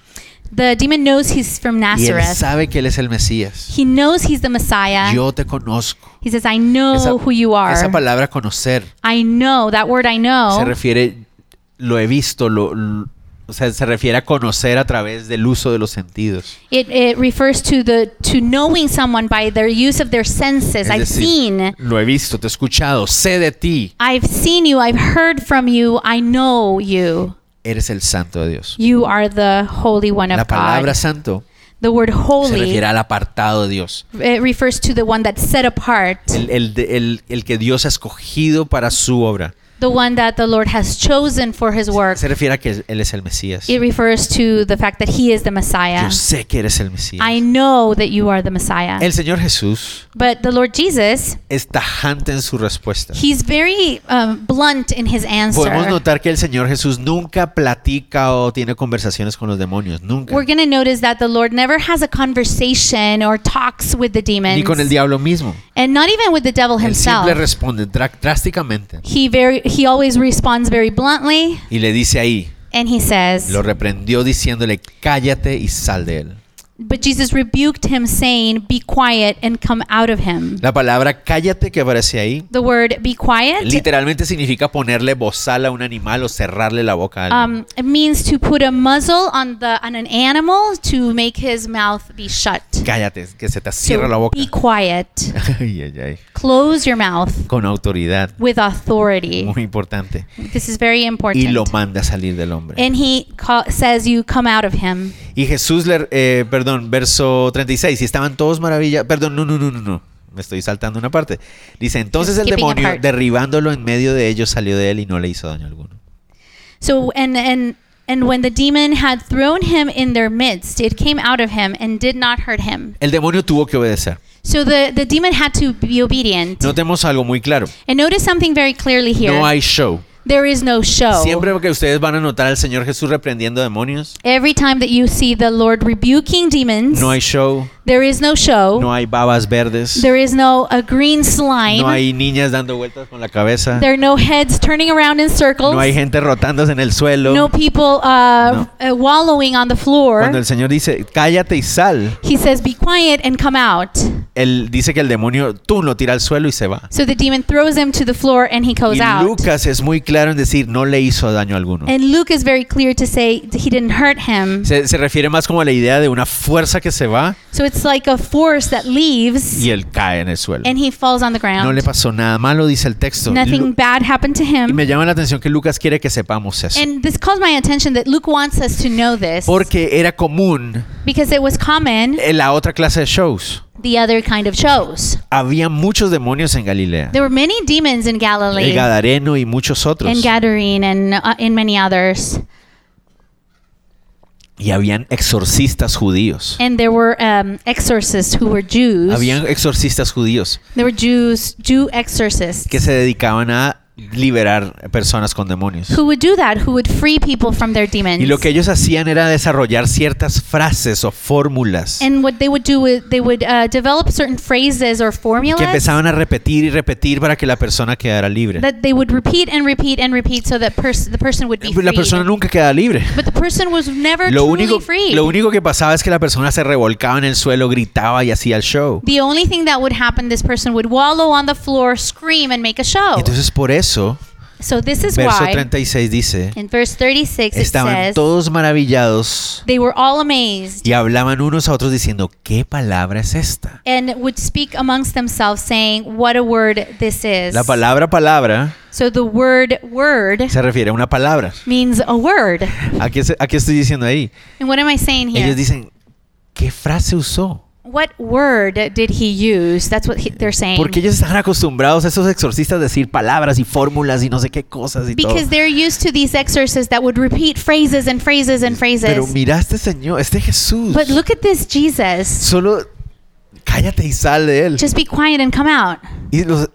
S2: the demon knows he's from
S1: Y él
S2: Nazareth.
S1: sabe que él es el Mesías.
S2: He knows he's the Messiah.
S1: Yo te conozco.
S2: He says, I know
S1: Esa-
S2: who you are. Oh.
S1: Esa palabra conocer
S2: I know, that word I
S1: se
S2: know,
S1: refiere, lo he visto, lo, lo- o sea, se refiere a conocer a través del uso de los sentidos.
S2: it, it refers to the to knowing someone by their use of their senses.
S1: Es
S2: I've
S1: decir,
S2: seen,
S1: Lo he visto, te he escuchado, sé de ti.
S2: I've seen you, I've heard from you, I know you.
S1: Eres el santo de Dios.
S2: You are the Holy One
S1: La
S2: of God.
S1: palabra santo
S2: The word
S1: se
S2: holy
S1: refiere al apartado de Dios.
S2: it refers to the one that's set apart,
S1: El, el de- el- el que Dios ha escogido para su obra.
S2: the one that the Lord has chosen for his work.
S1: Se refiere a que Él es el Mesías.
S2: It refers to the fact that he is the Messiah.
S1: Yo sé que eres el Mesías.
S2: I know that you are the Messiah.
S1: El Señor Jesús
S2: But the Lord Jesus,
S1: es tajante en su respuesta.
S2: he's very um, blunt in his
S1: Podemos
S2: answer.
S1: notar que el Señor Jesús nunca platica o tiene conversaciones con los demonios, nunca.
S2: We're going to notice that the Lord never has a conversation or talks with the
S1: Ni con el
S2: demons,
S1: diablo mismo.
S2: and not even with the devil
S1: Él siempre
S2: himself.
S1: responde drá- drásticamente
S2: He very he always responds very bluntly,
S1: y le dice ahí,
S2: and he says,
S1: lo reprendió diciéndole, cállate y sal de él.
S2: But Jesus rebuked him, saying, Be quiet and come out of him.
S1: La palabra cállate que aparece ahí
S2: The word be quiet
S1: literalmente significa ponerle bozal a un animal o cerrarle la boca a alguien.
S2: um, it means to put a muzzle on, the, on an animal to make his mouth be shut.
S1: cállate, que se te
S2: So
S1: cierra la boca.
S2: be quiet.
S1: Ay, ay, ay.
S2: Close your mouth
S1: Con autoridad,
S2: with authority.
S1: muy importante.
S2: This is very
S1: Y lo
S2: important.
S1: manda a salir del hombre.
S2: And he ca- says, You come out of him.
S1: Y Jesús le, eh, perdón, verso 36, y estaban todos maravillados, perdón, no, no, no, no, no, me estoy saltando una parte. Dice, entonces el
S2: Skipping a
S1: demonio,
S2: part.
S1: derribándolo en medio de ellos, salió de él y no le hizo daño alguno.
S2: So and and and when the demon had thrown him in their midst, it came out of him and did not hurt him.
S1: El demonio tuvo que obedecer.
S2: So the the demon had to be obedient.
S1: Notemos algo muy claro.
S2: And notice something very clearly here. Oh.
S1: No hay show.
S2: there is no show.
S1: Siempre que ustedes van a notar al Señor Jesús reprendiendo demonios,
S2: Every time that you see the Lord rebuking demons,
S1: no hay show,
S2: there is no show.
S1: no hay babas verdes,
S2: there is no a green slime.
S1: no hay niñas dando vueltas con la cabeza,
S2: there are no heads turning around in circles.
S1: no hay gente rotándose en el suelo.
S2: no people uh, uh, wallowing on the floor.
S1: Cuando el Señor dice, cállate y sal,
S2: he says, "Be quiet and come out."
S1: él dice que el demonio, tú lo tira al suelo y se va.
S2: So the demon throws him to the floor and he goes
S1: Y
S2: out.
S1: Lucas es muy claro en decir, no le hizo daño alguno.
S2: And Luke is very clear to say that he didn't hurt him.
S1: Se, se refiere más como a la idea de una fuerza que se va
S2: So it's like a force that leaves
S1: y él cae en el suelo.
S2: and he falls on the
S1: No le
S2: ground.
S1: pasó nada malo, dice el texto.
S2: Nothing
S1: Lu-
S2: bad happened to
S1: Y
S2: him.
S1: me llama la atención que Lucas quiere que sepamos eso.
S2: And this calls my attention that Luke wants us to know this
S1: Porque era común
S2: because it was common
S1: en la otra clase de shows.
S2: the other kind of shows.
S1: Había muchos demonios en Galilea.
S2: There were many demons in
S1: El
S2: Galilee
S1: Gadareno y muchos
S2: and
S1: otros.
S2: Gadarene and uh, in many others.
S1: Y habían exorcistas judíos.
S2: And there were um, exorcists who were Jews.
S1: Habían exorcistas judíos
S2: There were Jews, Jew exorcists
S1: que se dedicaban a liberar personas con demonios.
S2: who would do that, who would free people from their demons.
S1: Y lo que ellos hacían era desarrollar ciertas frases o fórmulas
S2: And what they would do is they would uh, develop certain phrases or
S1: que
S2: formulas
S1: empezaban a repetir y repetir para que la persona quedara libre.
S2: that they would repeat and repeat and repeat so that pers- the person would be
S1: La
S2: freed.
S1: persona nunca quedaba libre.
S2: but the person was never
S1: Lo
S2: truly
S1: único,
S2: free.
S1: lo único que pasaba es que la persona se revolcaba en el suelo, gritaba y hacía el show.
S2: the only thing that would happen, this person would wallow on the floor, scream, and make a show.
S1: Entonces por eso,
S2: so this is
S1: verso
S2: why
S1: 36 dice,
S2: in verse 36 it
S1: estaban
S2: says,
S1: todos maravillados
S2: they were all amazed
S1: y hablaban unos a otros diciendo, ¿qué palabra es esta?
S2: and would speak amongst themselves saying, what a word this is.
S1: La palabra palabra
S2: so the word word
S1: se refiere a una palabra.
S2: means a word.
S1: ¿A qué, se- a qué estoy diciendo ahí?
S2: And what am I saying here?
S1: Ellos dicen, ¿qué frase usó?
S2: What word did he use? That's what he, they're saying.
S1: Porque ellos están acostumbrados a esos exorcistas a decir palabras y fórmulas y no sé qué cosas y
S2: because
S1: todo.
S2: they're used to these exorcists that would repeat phrases and phrases
S1: Pero
S2: and phrases.
S1: mira a este señor, este Jesús.
S2: But look at this Jesus.
S1: Solo cállate y sal de él.
S2: Just be quiet and come out.
S1: Y los,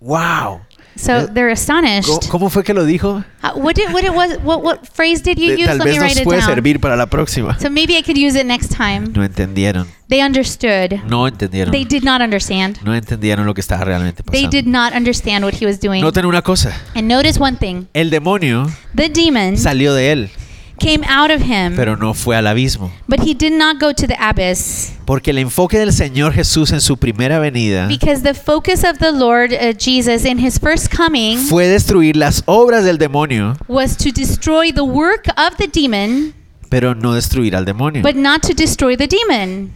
S1: wow.
S2: So
S1: Eh, ¿Cómo,
S2: they're astonished.
S1: cómo fue que lo dijo?
S2: Uh, what did what it was what what phrase did you
S1: De-
S2: use?
S1: Eh, tal
S2: Let me
S1: vez
S2: write
S1: nos
S2: it
S1: puede
S2: down.
S1: servir para la próxima.
S2: So maybe I could use it next time.
S1: No entendieron.
S2: They understood.
S1: No entendieron.
S2: They did not understand.
S1: No entendieron lo que estaba realmente
S2: They did
S1: pasando.
S2: not understand what he was doing.
S1: Noten una cosa.
S2: And notice one thing.
S1: El demonio
S2: The demon
S1: salió de él,
S2: Mm-hmm. came out of him,
S1: pero no fue al abismo.
S2: but he did not go to the abyss.
S1: Porque el enfoque del Señor Jesús en su primera venida
S2: Because the focus of the Lord uh, Jesus in his first coming
S1: fue destruir las obras del demonio,
S2: was to destroy the work of the demon,
S1: pero no destruir al demonio.
S2: but not to destroy the demon,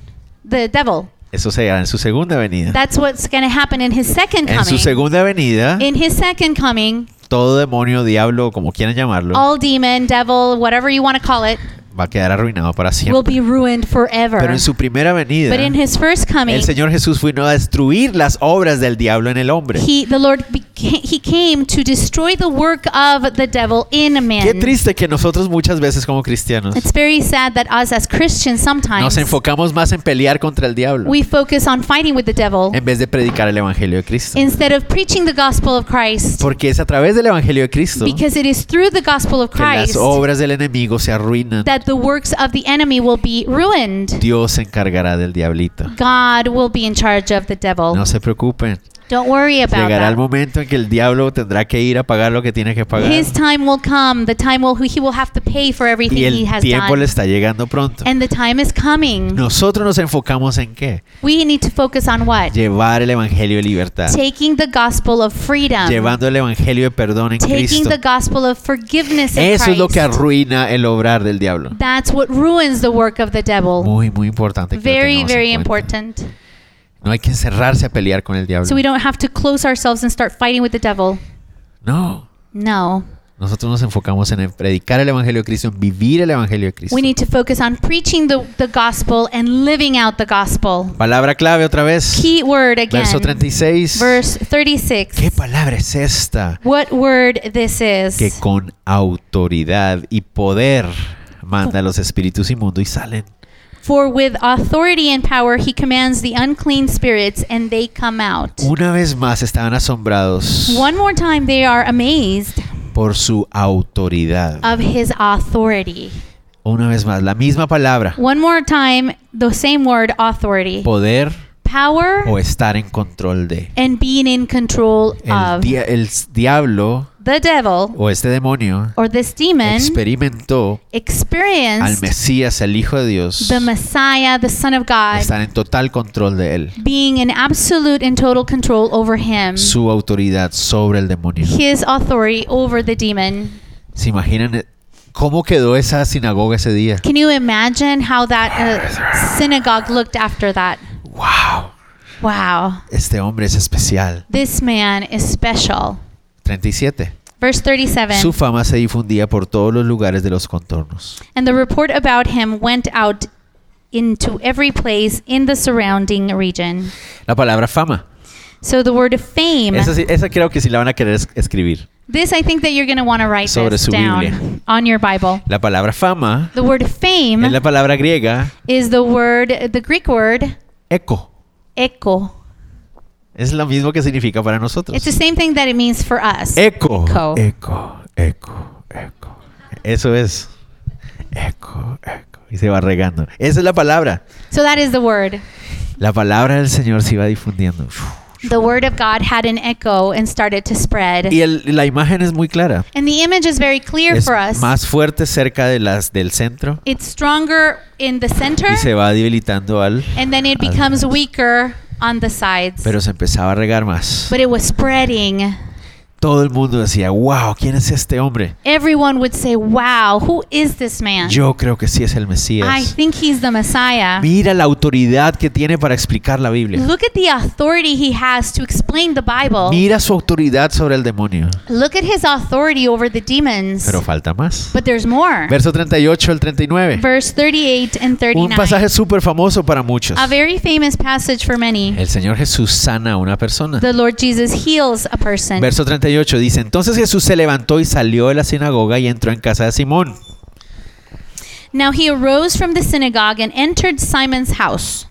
S2: the devil.
S1: Eso se hará en su segunda venida.
S2: That's what's going to happen in his second
S1: En su
S2: coming.
S1: segunda venida,
S2: In his second coming,
S1: todo demonio, diablo, como quieran llamarlo,
S2: all demon, devil, whatever you want to call it,
S1: va a quedar arruinado para
S2: will
S1: siempre.
S2: be ruined forever.
S1: Pero en su primera venida,
S2: But in his first coming,
S1: el Señor Jesús vino a destruir las obras del diablo en el hombre.
S2: he, the Lord, beca- he came to destroy the work of the devil in a
S1: Qué
S2: man.
S1: triste que nosotros muchas veces como cristianos
S2: It's very sad that us as Christians
S1: nos
S2: sometimes
S1: enfocamos más en pelear contra el diablo
S2: we focus on fighting with the devil
S1: en vez de predicar el Evangelio de Cristo.
S2: instead of preaching the gospel of Christ
S1: Porque es a través del Evangelio de Cristo que
S2: because it is through the gospel of
S1: las
S2: Christ
S1: obras del enemigo se arruinan.
S2: that the works of the enemy will be ruined.
S1: Dios se encargará del diablito.
S2: God will be in charge of the devil.
S1: No se preocupen.
S2: Don't worry about
S1: Llegará el
S2: that.
S1: momento en que el diablo tendrá que ir a pagar lo que tiene que pagar.
S2: His time will come. The time will he will have to pay for everything
S1: Y
S2: he
S1: el
S2: has
S1: tiempo
S2: done.
S1: le está llegando pronto.
S2: And the time is coming.
S1: Nosotros nos enfocamos en qué?
S2: We need to focus on what?
S1: Llevar el evangelio de libertad.
S2: Taking the gospel of freedom.
S1: Llevando el evangelio de perdón en
S2: um, Taking
S1: Cristo.
S2: the gospel of forgiveness in
S1: Eso es lo que
S2: Christ.
S1: arruina el obrar del diablo.
S2: That's what ruins the work of the devil.
S1: Muy, muy importante. que lo
S2: Very,
S1: tengamos en
S2: very
S1: cuenta.
S2: important.
S1: No hay que encerrarse a pelear con el diablo.
S2: So we don't have to close ourselves and start fighting with the devil.
S1: No.
S2: No.
S1: Nosotros nos enfocamos en predicar el evangelio de Cristo, en vivir el evangelio de Cristo.
S2: We need to focus on preaching the, the gospel and living out the gospel.
S1: Palabra clave otra vez.
S2: Key word again.
S1: Verso 36.
S2: Verse 36.
S1: ¿Qué palabra es esta?
S2: What word this
S1: Que
S2: is.
S1: con autoridad y poder manda a los espíritus inmundos y salen.
S2: For with authority and power he commands the unclean spirits and they come out.
S1: Una vez más estaban asombrados
S2: One more time they are amazed
S1: por su autoridad.
S2: of his authority.
S1: Una vez más, la misma palabra.
S2: One more time the same word authority.
S1: Poder o
S2: Power
S1: estar en control de.
S2: and being in control
S1: El,
S2: of
S1: dia- el s- diablo
S2: the devil
S1: o este demonio
S2: or this demon
S1: experimentó al
S2: experienced
S1: Mesías, el Hijo de Dios,
S2: the Messiah, the Son of God,
S1: estar en total control de él.
S2: being in absolute and total control over him,
S1: Su autoridad sobre el demonio.
S2: his authority over the demon.
S1: ¿Se imaginan eh, cómo quedó esa sinagoga ese día?
S2: Can you imagine how that uh, synagogue looked after that?
S1: ¡Wow!
S2: Wow.
S1: Este hombre es especial.
S2: This man is special.
S1: 37.
S2: Verse 37
S1: Su fama se difundía por todos los lugares de los contornos.
S2: And the report about him went out into every place in the surrounding region.
S1: La palabra fama.
S2: So the word fame.
S1: Esa, sí- esa creo que sí la van a querer es- escribir.
S2: This I think that you're going to want to write
S1: Sobre
S2: this
S1: su
S2: down
S1: Biblia.
S2: on your Bible.
S1: La palabra fama
S2: The word fame
S1: es la palabra griega
S2: is the word, the Greek word,
S1: eco.
S2: echo.
S1: Es lo mismo que significa para nosotros.
S2: It's the same thing that it means for us.
S1: Eco.
S2: Este Eco.
S1: Eco. Eco. Eco. Eso es. Eco. Eco. Y se va regando. Esa es la palabra.
S2: So that is the word.
S1: La palabra del Señor se iba difundiendo.
S2: The word of God had an echo and started to spread.
S1: Y el- la imagen es muy clara.
S2: And the image is very clear
S1: Es
S2: for us.
S1: más fuerte cerca de las del centro
S2: It's stronger in the center,
S1: y se va debilitando al.
S2: and then it
S1: al-
S2: becomes weaker on the sides.
S1: Pero se empezaba a regar más.
S2: But it was spreading.
S1: Todo el mundo decía, wow, ¿quién es este hombre?
S2: Everyone would say, Wow, who is this man?
S1: Yo creo que sí es el
S2: I
S1: Mesías.
S2: think he's the Messiah.
S1: Mira la autoridad que tiene para explicar la Biblia.
S2: Look at the authority he has to explain the Bible.
S1: Mira su autoridad sobre el demonio.
S2: Look at his authority over the demons.
S1: Pero falta más.
S2: But there's more.
S1: Verso 38 al 39.
S2: Verse 38 and
S1: Un
S2: 39.
S1: pasaje súper famoso para muchos.
S2: A very famous passage for many.
S1: El Señor Jesús sana a una persona.
S2: The Lord Jesus heals a person.
S1: Verso 38 dice, entonces Jesús se levantó y salió de la sinagoga y entró en casa de Simón.
S2: Now he arose from the synagogue and entered Simon's house.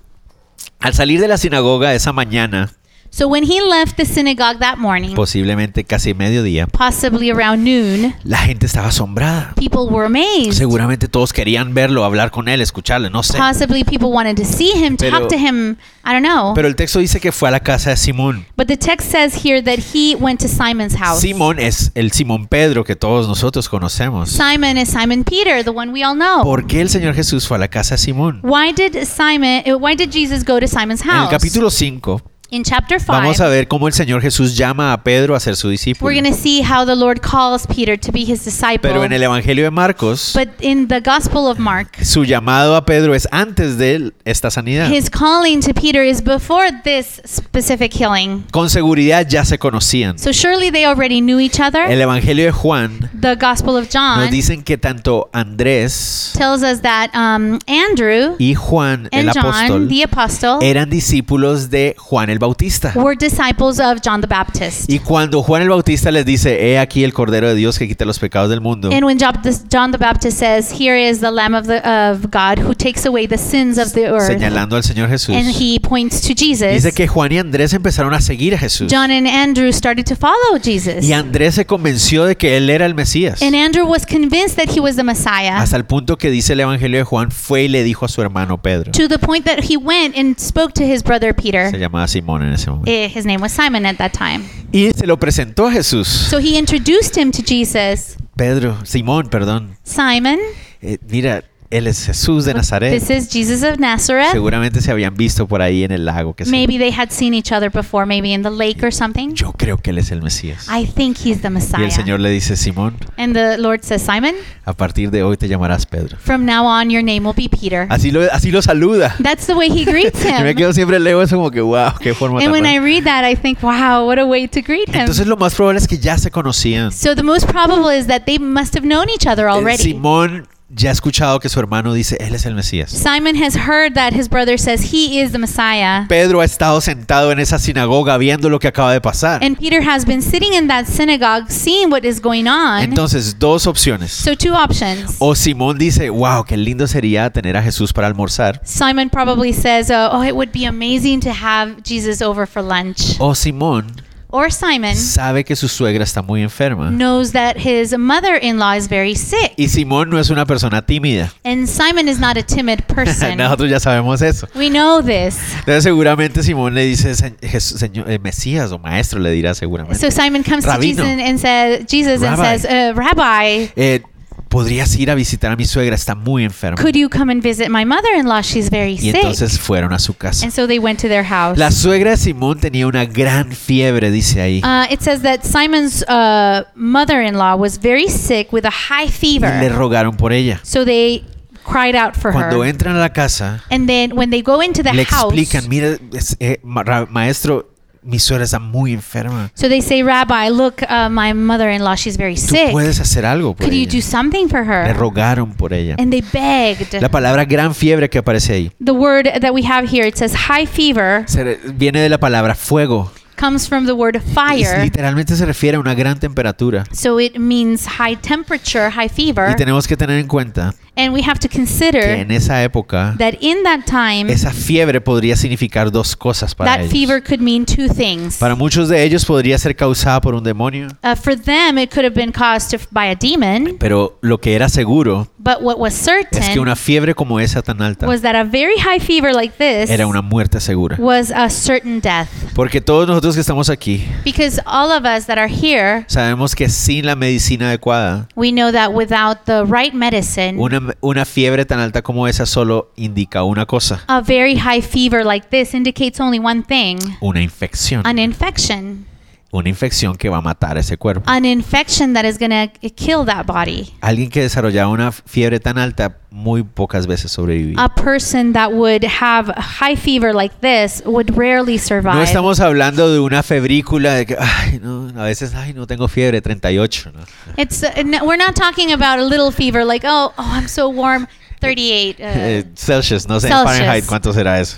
S1: Al salir de la sinagoga esa mañana,
S2: So when he left the synagogue that morning,
S1: posiblemente casi mediodía,
S2: possibly around noon,
S1: la gente estaba asombrada.
S2: people were amazed.
S1: Seguramente todos querían verlo, hablar con él, escucharle, no sé.
S2: Possibly people wanted to see him,
S1: Pero-
S2: talk to him. I don't know.
S1: Pero el texto dice que fue a la casa de Simón.
S2: But the text says here that he went to Simon's house.
S1: Simón es el Simón Pedro que todos nosotros conocemos.
S2: Simon is Simon Peter, the one we all know.
S1: ¿Por qué el Señor Jesús fue a la casa de Simón?
S2: Why did Simon? uh, Why did Jesus go to Simon's
S1: En el
S2: house?
S1: capítulo 5
S2: In chapter five,
S1: vamos a ver cómo el Señor Jesús llama a Pedro a ser su discípulo.
S2: we're going to see how the Lord calls Peter to be his disciple.
S1: Pero en el Evangelio de Marcos,
S2: but in the Gospel of Mark,
S1: su llamado a Pedro es antes de él- esta sanidad.
S2: his calling to Peter is before this specific healing.
S1: Con seguridad ya se conocían.
S2: So surely they already knew each other.
S1: El Evangelio de Juan
S2: the Gospel of
S1: nos
S2: John
S1: dicen que tanto Andrés
S2: tells us that um, Andrew
S1: y Juan, el
S2: and John,
S1: apóstol,
S2: the apostle,
S1: eran discípulos de Juan el Bautista.
S2: were disciples of John the Baptist.
S1: Y cuando Juan el Bautista les dice, he aquí el Cordero de Dios que quita los pecados del mundo,
S2: And when Job- this- John the Baptist says, "Here is the Lamb of the of God who takes away the sins of the earth,"
S1: señalando al Señor Jesús,
S2: and he points to Jesus.
S1: dice que Juan y Andrés empezaron a seguir a Jesús.
S2: John and Andrew started to follow Jesus.
S1: Y Andrés se convenció de que él era el Mesías.
S2: And Andrew was convinced that he was the Messiah
S1: Hasta el punto que dice el Evangelio de Juan, fue y le dijo a su hermano Pedro.
S2: to the point that he went and spoke to his brother Peter.
S1: Se llamaba Simón en ese momento.
S2: Eh, His name was Simon at that time.
S1: Y se lo presentó a Jesús.
S2: So he introduced him to Jesus.
S1: Pedro, Simón, perdón.
S2: Simon,
S1: Eh, mira, él es Jesús de Nazaret.
S2: this is Jesus of Nazareth.
S1: Seguramente se habían visto por ahí en el lago. Que
S2: Maybe they had seen each other before, maybe in the lake or something.
S1: Yo creo que él es el Mesías.
S2: I think he's
S1: Y
S2: the
S1: el
S2: Messiah.
S1: Señor le dice, Simón,
S2: And the Lord says, Simon,
S1: a partir de hoy te llamarás Pedro.
S2: from now on your name will be Peter.
S1: Así lo, así lo saluda.
S2: That's the way he greets
S1: Yo me
S2: him.
S1: quedo siempre leo eso como que, wow, qué forma
S2: And
S1: tan
S2: when I
S1: rara".
S2: read that, I think, wow, what a way to greet him.
S1: Entonces lo más probable es que ya se conocían.
S2: So the most probable is that they must have known each other
S1: Eh,
S2: already.
S1: Simón ya ha escuchado que su hermano dice, él es el Mesías.
S2: Simon has heard that his brother says he is the Messiah.
S1: Pedro ha estado sentado en esa sinagoga viendo lo que acaba de pasar.
S2: And Peter has been sitting in that synagogue seeing what is going on.
S1: Entonces, dos opciones.
S2: So, two options.
S1: O Simón dice, wow, qué lindo sería tener a Jesús para almorzar.
S2: Simon probably says, oh, oh, it would be amazing to have Jesus over for lunch.
S1: O Simón
S2: Or Simon
S1: sabe que su suegra está muy enferma.
S2: knows that his mother in law is very sick.
S1: Y Simón no es una persona tímida.
S2: And Simon is not a timid person.
S1: Nosotros ya sabemos eso.
S2: We know this.
S1: Entonces seguramente Simón le dice, "Se- Jesús- señor, eh, Mesías o maestro le dirá seguramente.
S2: So Simon comes to
S1: Rabino.
S2: Jesus and, and says, Jesus and
S1: Rabbi.
S2: says, uh, Rabbi,
S1: Eh, Podrías ir a visitar a mi suegra, está muy enferma.
S2: could you come and visit my mother-in-law? She's very
S1: Y
S2: sick.
S1: entonces fueron a su casa.
S2: and so they went to their house.
S1: La suegra de Simón tenía una gran fiebre, dice ahí.
S2: Uh, it says that Simon's uh, mother-in-law was very sick with a high
S1: Y le
S2: fever.
S1: rogaron por ella.
S2: So they cried out for
S1: Cuando
S2: her.
S1: entran a la casa,
S2: And then when they go into the
S1: le
S2: house,
S1: explican, mira, es- eh, ma- ra- maestro, mi suegra está muy enferma.
S2: so they say, Rabbi, look, uh, my mother-in-law, she's very
S1: Tú
S2: sick.
S1: puedes hacer algo por
S2: Could you do
S1: ella.
S2: something for
S1: Le
S2: her?
S1: rogaron por ella.
S2: And they begged.
S1: La palabra gran fiebre que aparece ahí
S2: The word that we have here, it says high fever,
S1: se re- viene de la palabra fuego.
S2: comes from the word
S1: Y
S2: fire.
S1: Literalmente se refiere a una gran temperatura.
S2: So it means high temperature, high fever.
S1: Y tenemos que tener en cuenta
S2: And we have to
S1: que
S2: consider
S1: en esa época
S2: that in that time,
S1: esa fiebre podría significar dos cosas para
S2: em- that fever
S1: ellos.
S2: could mean two things.
S1: Para muchos de ellos podría ser causada por un demonio,
S2: Uh, for them, it could have been caused if- by a demon,
S1: pero lo que era seguro
S2: but what was
S1: es que
S2: certain
S1: una fiebre como esa tan alta
S2: was that a very high fever like this
S1: era una muerte segura.
S2: was a certain death.
S1: Porque todos nosotros que estamos aquí
S2: Because all of us that are here,
S1: sabemos que sin la medicina adecuada,
S2: we know that without the right medicine,
S1: una, una fiebre tan alta como esa solo indica una cosa,
S2: a very high fever like this indicates only one thing
S1: una infección.
S2: an infection.
S1: Una infección que va a matar ese cuerpo.
S2: An infection that is going to kill that body.
S1: Alguien que desarrollaba una fiebre tan alta muy pocas veces sobrevivía.
S2: a person that would have high fever like this would rarely
S1: No
S2: survive.
S1: estamos hablando de una febrícula de que, ay, no, a veces, ay, no tengo fiebre, 38. ¿no?
S2: It's uh, no, we're not talking about a little fever like oh oh I'm so warm 38 uh,
S1: Eh, Celsius, no sé en
S2: Celsius.
S1: Fahrenheit cuánto será eso.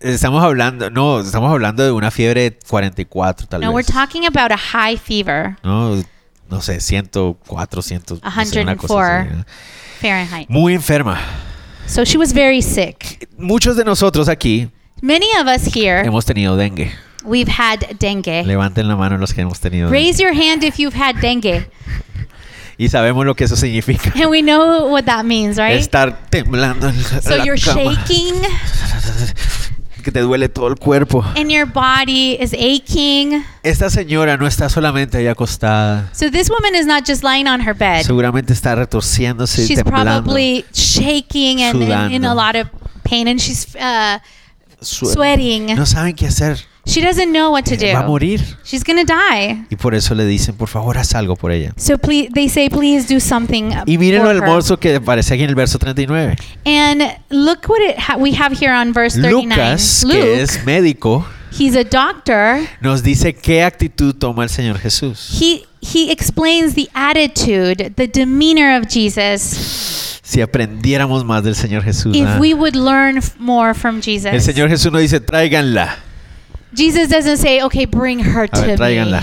S1: Estamos hablando, no, estamos hablando de una fiebre de 44 tal
S2: No, we're
S1: vez.
S2: talking about a high fever
S1: No, no sé, 104, 100, no sé, una cosa
S2: 104.
S1: así, ¿no?
S2: Fahrenheit.
S1: Muy enferma.
S2: So she was very sick.
S1: Muchos de nosotros aquí
S2: Many of us here
S1: hemos tenido dengue.
S2: we've had dengue.
S1: Levanten la mano los que hemos tenido dengue.
S2: Raise your hand if you've had dengue.
S1: Y sabemos lo que eso significa.
S2: And we know what that means, right?
S1: Estar temblando en la,
S2: So
S1: la
S2: you're
S1: cama.
S2: shaking
S1: que te duele todo el cuerpo.
S2: and your body is aching.
S1: Esta señora no está solamente ahí acostada.
S2: So this woman is not just lying on her bed.
S1: Seguramente está retorciéndose y
S2: she's
S1: temblando.
S2: probably shaking and in, in
S1: Sudando.
S2: a lot of pain and she's uh,
S1: Sue-
S2: sweating.
S1: No saben qué hacer. Eh,
S2: she doesn't know what to do
S1: Va a morir.
S2: she's gonna die
S1: Y por eso le dicen, por favor, haz algo por ella.
S2: so please they say please do something uh,
S1: Y miren
S2: for
S1: el
S2: her.
S1: almuerzo que aparece aquí en el verso 39.
S2: and look what it ha- we have here on verse 39
S1: Lucas, que
S2: luke
S1: es médico,
S2: he's a doctor
S1: nos dice qué actitud toma el Señor Jesús.
S2: he he explains the attitude the demeanor of jesus
S1: Si aprendiéramos más del Señor Jesús.
S2: if
S1: ¿ah?
S2: we would learn f- more from
S1: El
S2: jesus
S1: Señor Jesús nos dice, tráiganla.
S2: jesus doesn't say okay bring her
S1: A
S2: to
S1: ver,
S2: me
S1: tráiganla.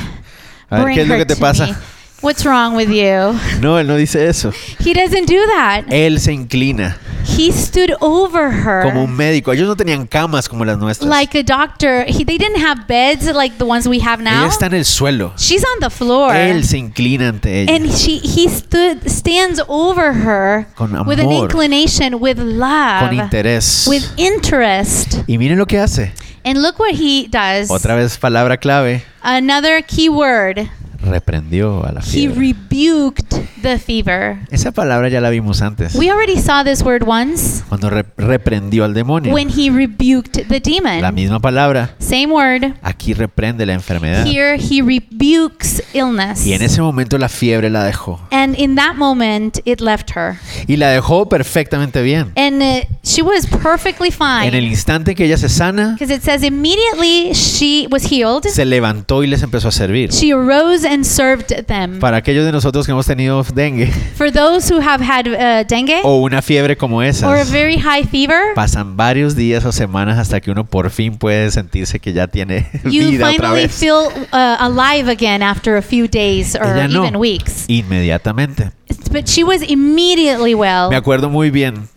S1: A ver,
S2: Bring
S1: ¿qué es lo
S2: her
S1: que te
S2: to me.
S1: pasa?
S2: What's wrong with you?
S1: No, él no dice eso.
S2: He doesn't do that.
S1: Él se inclina
S2: He stood over
S1: como
S2: her
S1: un médico. Ellos no tenían camas como las nuestras.
S2: like a doctor. He, they didn't have beds like the ones we have
S1: Ella
S2: now.
S1: está en el suelo.
S2: She's on the floor.
S1: Él se inclina ante ella.
S2: And she, he stood, stands over her
S1: Con
S2: with an
S1: amor.
S2: inclination, with
S1: con
S2: love,
S1: interés.
S2: with interest.
S1: Y miren lo que hace.
S2: And look what he does.
S1: Otra vez palabra clave.
S2: Another key word.
S1: Reprendió a la
S2: He
S1: fiebre.
S2: rebuked the fever.
S1: Esa palabra ya la vimos antes.
S2: We already saw this word once
S1: Cuando re- reprendió al demonio.
S2: when he rebuked the
S1: La
S2: demon.
S1: misma palabra.
S2: Same word.
S1: Aquí reprende la enfermedad.
S2: Here he rebukes illness.
S1: Y en ese momento la fiebre la dejó.
S2: And in that moment, it left her.
S1: Y la dejó perfectamente bien.
S2: And uh, she was perfectly
S1: En el
S2: fine.
S1: instante que ella se sana,
S2: Because it says immediately she was healed.
S1: se levantó y les empezó a servir.
S2: She arose and served them.
S1: Para aquellos de nosotros que hemos tenido dengue
S2: For those who have had uh, dengue
S1: o una fiebre como
S2: or a
S1: esa,
S2: very high fever,
S1: pasan varios días o semanas hasta que uno por fin puede sentirse que ya tiene
S2: you
S1: vida otra
S2: finally
S1: vez.
S2: feel uh, alive again after a few days or
S1: Ella
S2: even
S1: no.
S2: weeks.
S1: Inmediatamente.
S2: But she was immediately
S1: Me
S2: well.
S1: acuerdo muy bien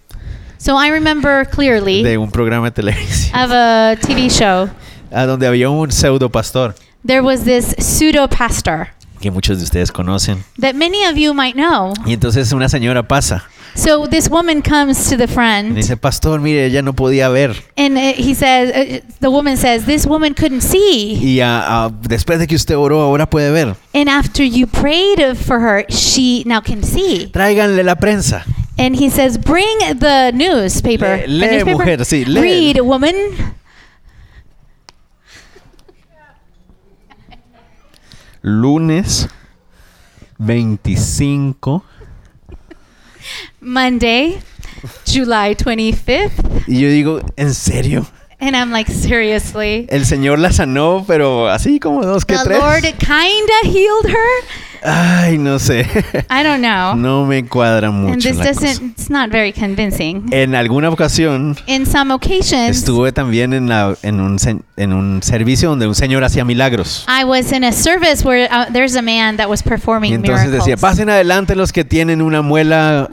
S2: So I remember clearly
S1: de un programa de televisión
S2: of a TV show.
S1: a donde había un pseudo pastor
S2: There was this pseudo pastor
S1: que muchos de ustedes conocen.
S2: that many of you might know.
S1: Y entonces una señora pasa
S2: So this woman comes to the
S1: y le
S2: friend
S1: dice, pastor, mire, ella no podía ver.
S2: and uh, he says, uh, the woman says, this woman couldn't see.
S1: Y ah, ah, después de que usted oró, ahora puede ver.
S2: And after you prayed for her, she now can see.
S1: Tráiganle la prensa.
S2: And he says, "Bring the newspaper."
S1: Le-
S2: The
S1: lee,
S2: newspaper?
S1: mujer, sí, lee.
S2: Read, woman.
S1: lunes 25.
S2: Monday, July 25th.
S1: Y yo digo, ¿en serio?
S2: And I'm like, seriously.
S1: El Señor la sanó, pero así como dos que
S2: The
S1: tres.
S2: Lord kinda healed her.
S1: Ay, no sé.
S2: I don't know.
S1: no me cuadra
S2: and
S1: mucho
S2: this
S1: la
S2: doesn't
S1: cosa. Eh.
S2: it's not very convincing.
S1: En alguna ocasión
S2: In some occasions,
S1: estuve también en, la, en, un, se- en un servicio donde un señor hacía milagros.
S2: I was in a service where uh, there's a man that was
S1: Y
S2: performing
S1: entonces
S2: miracles.
S1: decía, pasen adelante los que tienen una muela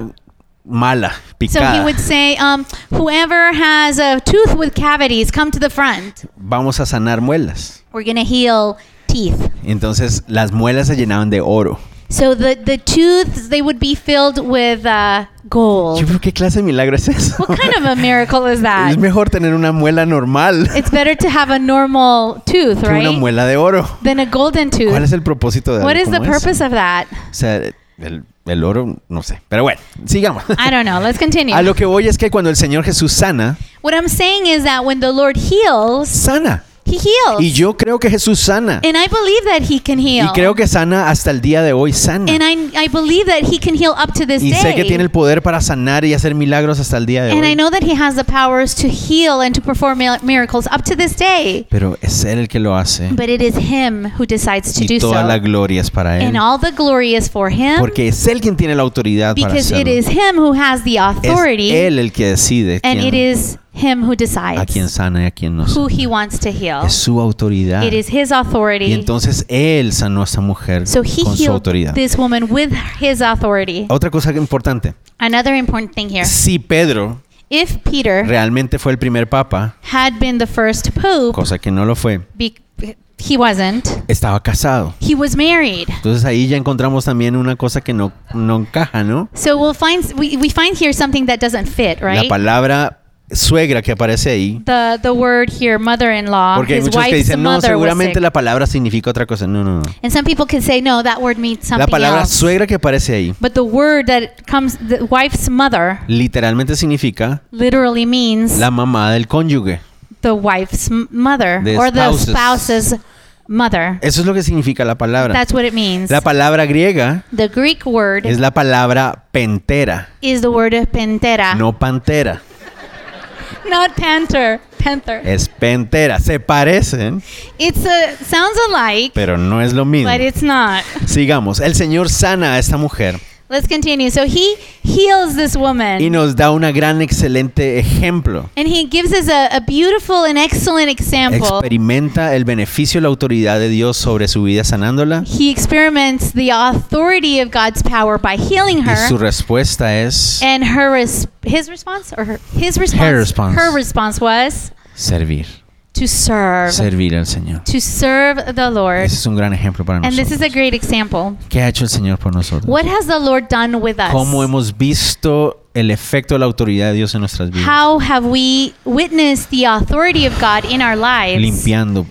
S1: mala,
S2: so he
S1: picada.
S2: would say, um, "Whoever has a tooth with cavities, come to the front.
S1: Vamos a sanar muelas.
S2: We're gonna heal teeth."
S1: Y entonces las muelas se llenaban de oro.
S2: So the the tooths they would be filled with uh,
S1: Yo,
S2: gold.
S1: pero ¿qué clase de milagro es eso?
S2: What kind of a miracle is that?
S1: Es mejor tener una muela normal
S2: It's better to have a normal tooth,
S1: que una
S2: right?
S1: muela de oro.
S2: Than a golden
S1: ¿Cuál
S2: tooth.
S1: es el propósito de algo
S2: What is the
S1: como eso?
S2: purpose of that?
S1: O sea, el, el oro, no sé. Pero bueno, sigamos.
S2: I don't know. Let's
S1: A
S2: continue.
S1: lo que voy es que cuando el Señor Jesús sana,
S2: What I'm saying is that when the Lord heals,
S1: sana. Y
S2: he heals.
S1: yo creo que Jesús sana.
S2: And I believe that he can
S1: Y
S2: heal.
S1: creo que sana hasta el día de hoy, sana.
S2: And I I believe that he can heal up to this
S1: Y sé que tiene
S2: day.
S1: el poder para sanar y hacer milagros hasta el día de
S2: And I
S1: hoy.
S2: know that he has the powers to heal and to perform mi- miracles up to this day.
S1: Pero es Él el que lo hace.
S2: But it is him who decides to
S1: Y
S2: do so.
S1: toda la gloria es para Él.
S2: And all the glory is for him
S1: Porque es Él quien tiene la autoridad para
S2: because it
S1: hacerlo.
S2: is him who has the authority
S1: Es Él el que decide
S2: and
S1: quién-
S2: it is him who
S1: a quien
S2: decides
S1: sana y a quien no
S2: who
S1: sana.
S2: he wants to heal.
S1: Es su autoridad.
S2: It is his
S1: Y
S2: authority.
S1: entonces Él sanó a esta mujer
S2: So he
S1: con su
S2: healed
S1: autoridad. Oh.
S2: this woman with his authority.
S1: Otra cosa importante.
S2: Another important thing here.
S1: Si Pedro
S2: If Peter
S1: realmente fue el primer papa,
S2: had been the first pope,
S1: cosa que no lo fue,
S2: be- he wasn't.
S1: estaba casado.
S2: He was married.
S1: Entonces ahí ya encontramos también una cosa que no, no encaja, ¿no?
S2: So we'll find we, we find here something that doesn't fit,
S1: La
S2: right?
S1: palabra suegra que aparece ahí.
S2: The the word here mother-in-law,
S1: Porque hay
S2: Ah, his
S1: muchos que
S2: wife's
S1: dicen, no,
S2: mother was sick.
S1: seguramente la palabra significa otra cosa. No, no, no.
S2: And some people can say, no, that word means
S1: La
S2: something
S1: palabra
S2: else.
S1: suegra que aparece ahí
S2: But the word that comes, the wife's mother,
S1: literalmente significa
S2: literally means
S1: la mamá del cónyuge.
S2: the wife's m- mother
S1: The
S2: or the
S1: spouses.
S2: spouse's mother.
S1: Eso es lo que significa la palabra.
S2: That's what it means.
S1: La palabra griega
S2: the Greek word
S1: es la palabra pentera,
S2: is the word pentera,
S1: no pantera.
S2: not panther, panther.
S1: Es pentera. Se parecen,
S2: It's a sounds alike,
S1: pero no es lo mismo.
S2: but it's not.
S1: Sigamos. El Señor sana a esta mujer
S2: Let's continue. So he heals this woman.
S1: y nos da un gran, excelente ejemplo.
S2: and he gives us a, a beautiful and excellent example.
S1: Experimenta el beneficio y la autoridad de Dios sobre su vida sanándola
S2: he experiments the authority of God's power by healing
S1: y
S2: her.
S1: su respuesta es
S2: and her res- his response or her, his response,
S1: response.
S2: her response was
S1: servir,
S2: to serve.
S1: servir al Señor.
S2: To serve the Lord.
S1: Ese es un gran ejemplo para
S2: And this is
S1: nosotros.
S2: a great example.
S1: ¿Qué ha hecho el Señor por nosotros?
S2: What has the Lord done with us?
S1: ¿Cómo hemos visto el efecto de la autoridad de Dios en nuestras vidas?
S2: How have we witnessed the authority of God in our lives?
S1: Limpiando,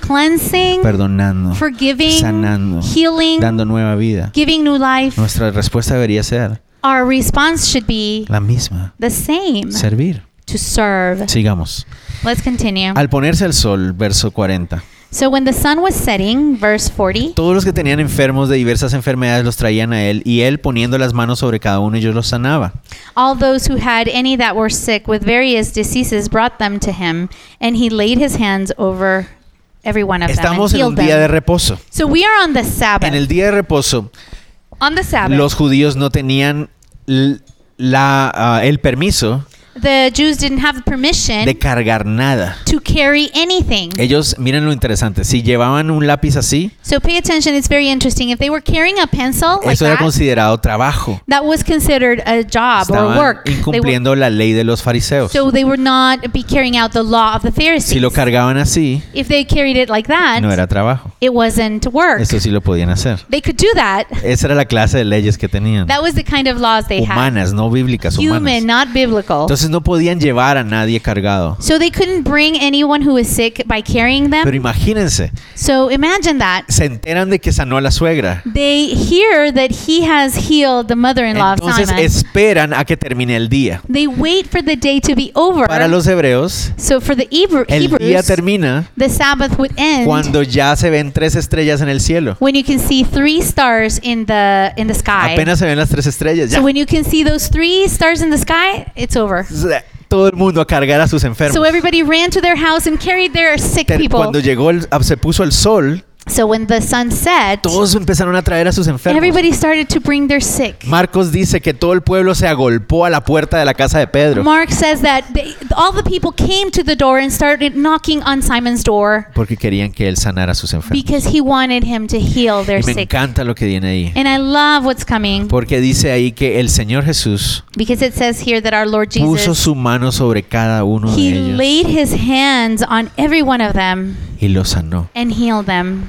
S2: Cleansing,
S1: perdonando,
S2: forgiving,
S1: sanando,
S2: healing,
S1: dando nueva vida.
S2: giving new life.
S1: Nuestra respuesta debería ser
S2: Our response should be
S1: la misma,
S2: the same
S1: servir.
S2: to serve.
S1: Sigamos.
S2: Let's continue.
S1: Al ponerse el sol, verso 40.
S2: So when the sun was setting, verse 40,
S1: Todos los que tenían enfermos de diversas enfermedades los traían a él y él poniendo las manos sobre cada uno ellos los sanaba.
S2: all those who had any that were sick with various diseases brought them to him, and he laid his hands over every one of them and
S1: Estamos en un
S2: healed
S1: día de
S2: them.
S1: reposo.
S2: So we are on the Sabbath.
S1: En el día de reposo,
S2: on the Sabbath,
S1: los judíos no tenían l- la, ah, el permiso
S2: the Jews didn't have permission
S1: de cargar nada.
S2: to carry anything.
S1: Ellos, miren lo interesante, si llevaban un lápiz así,
S2: So pay attention, it's very interesting. If they were carrying a pencil like
S1: eso era
S2: that,
S1: considerado trabajo.
S2: that was considered a job or
S1: Estaban
S2: Ah, work. They were-
S1: incumpliendo la ley de los fariseos.
S2: so they would not be carrying out the law of the Pharisees.
S1: Si lo cargaban así,
S2: if they carried it like that,
S1: no era trabajo.
S2: it wasn't work.
S1: Eso sí lo podían hacer.
S2: They could do that.
S1: Esa era la clase de leyes que tenían.
S2: That was the kind of laws they had.
S1: Humanas, no bíblicas,
S2: Human,
S1: humanas.
S2: not biblical.
S1: Entonces no podían llevar a nadie cargado.
S2: So they couldn't bring anyone who was sick by carrying
S1: Pero
S2: them.
S1: imagínense,
S2: So imagine that.
S1: se enteran de que sanó a la suegra.
S2: They hear that he has healed the mother-in-law of
S1: Entonces
S2: Simon.
S1: esperan a que termine el día.
S2: They wait for the day to be over.
S1: Para los hebreos,
S2: so for the Hebrew,
S1: el día
S2: Hebrews,
S1: termina
S2: the Sabbath would end
S1: cuando ya se ven tres estrellas en el cielo.
S2: when you can see three stars in the in the sky.
S1: Apenas se ven las tres estrellas. Ya.
S2: so when you can see those three stars in the sky, it's over.
S1: Todo el mundo a cargar a sus enfermos.
S2: So everybody ran to their house and carried their sick
S1: Ter-
S2: people.
S1: Cuando llegó el- ah, se puso el sol,
S2: So when the sun set,
S1: todos empezaron a traer a sus enfermos.
S2: everybody started to bring their sick.
S1: Marcos dice que todo el pueblo se agolpó a la puerta de la casa de Pedro
S2: Mark says that they, all the people came to the door and started knocking on Simon's door
S1: porque querían que él sanara a sus enfermos.
S2: because he wanted him to heal their
S1: Y me
S2: sick.
S1: encanta lo que viene ahí,
S2: And I love what's coming
S1: porque dice ahí que el Señor Jesús
S2: because it says here that our Lord
S1: puso
S2: Jesus
S1: su mano sobre cada uno de
S2: he
S1: ellos
S2: laid his hands on every one of them
S1: y los sanó.
S2: and healed them.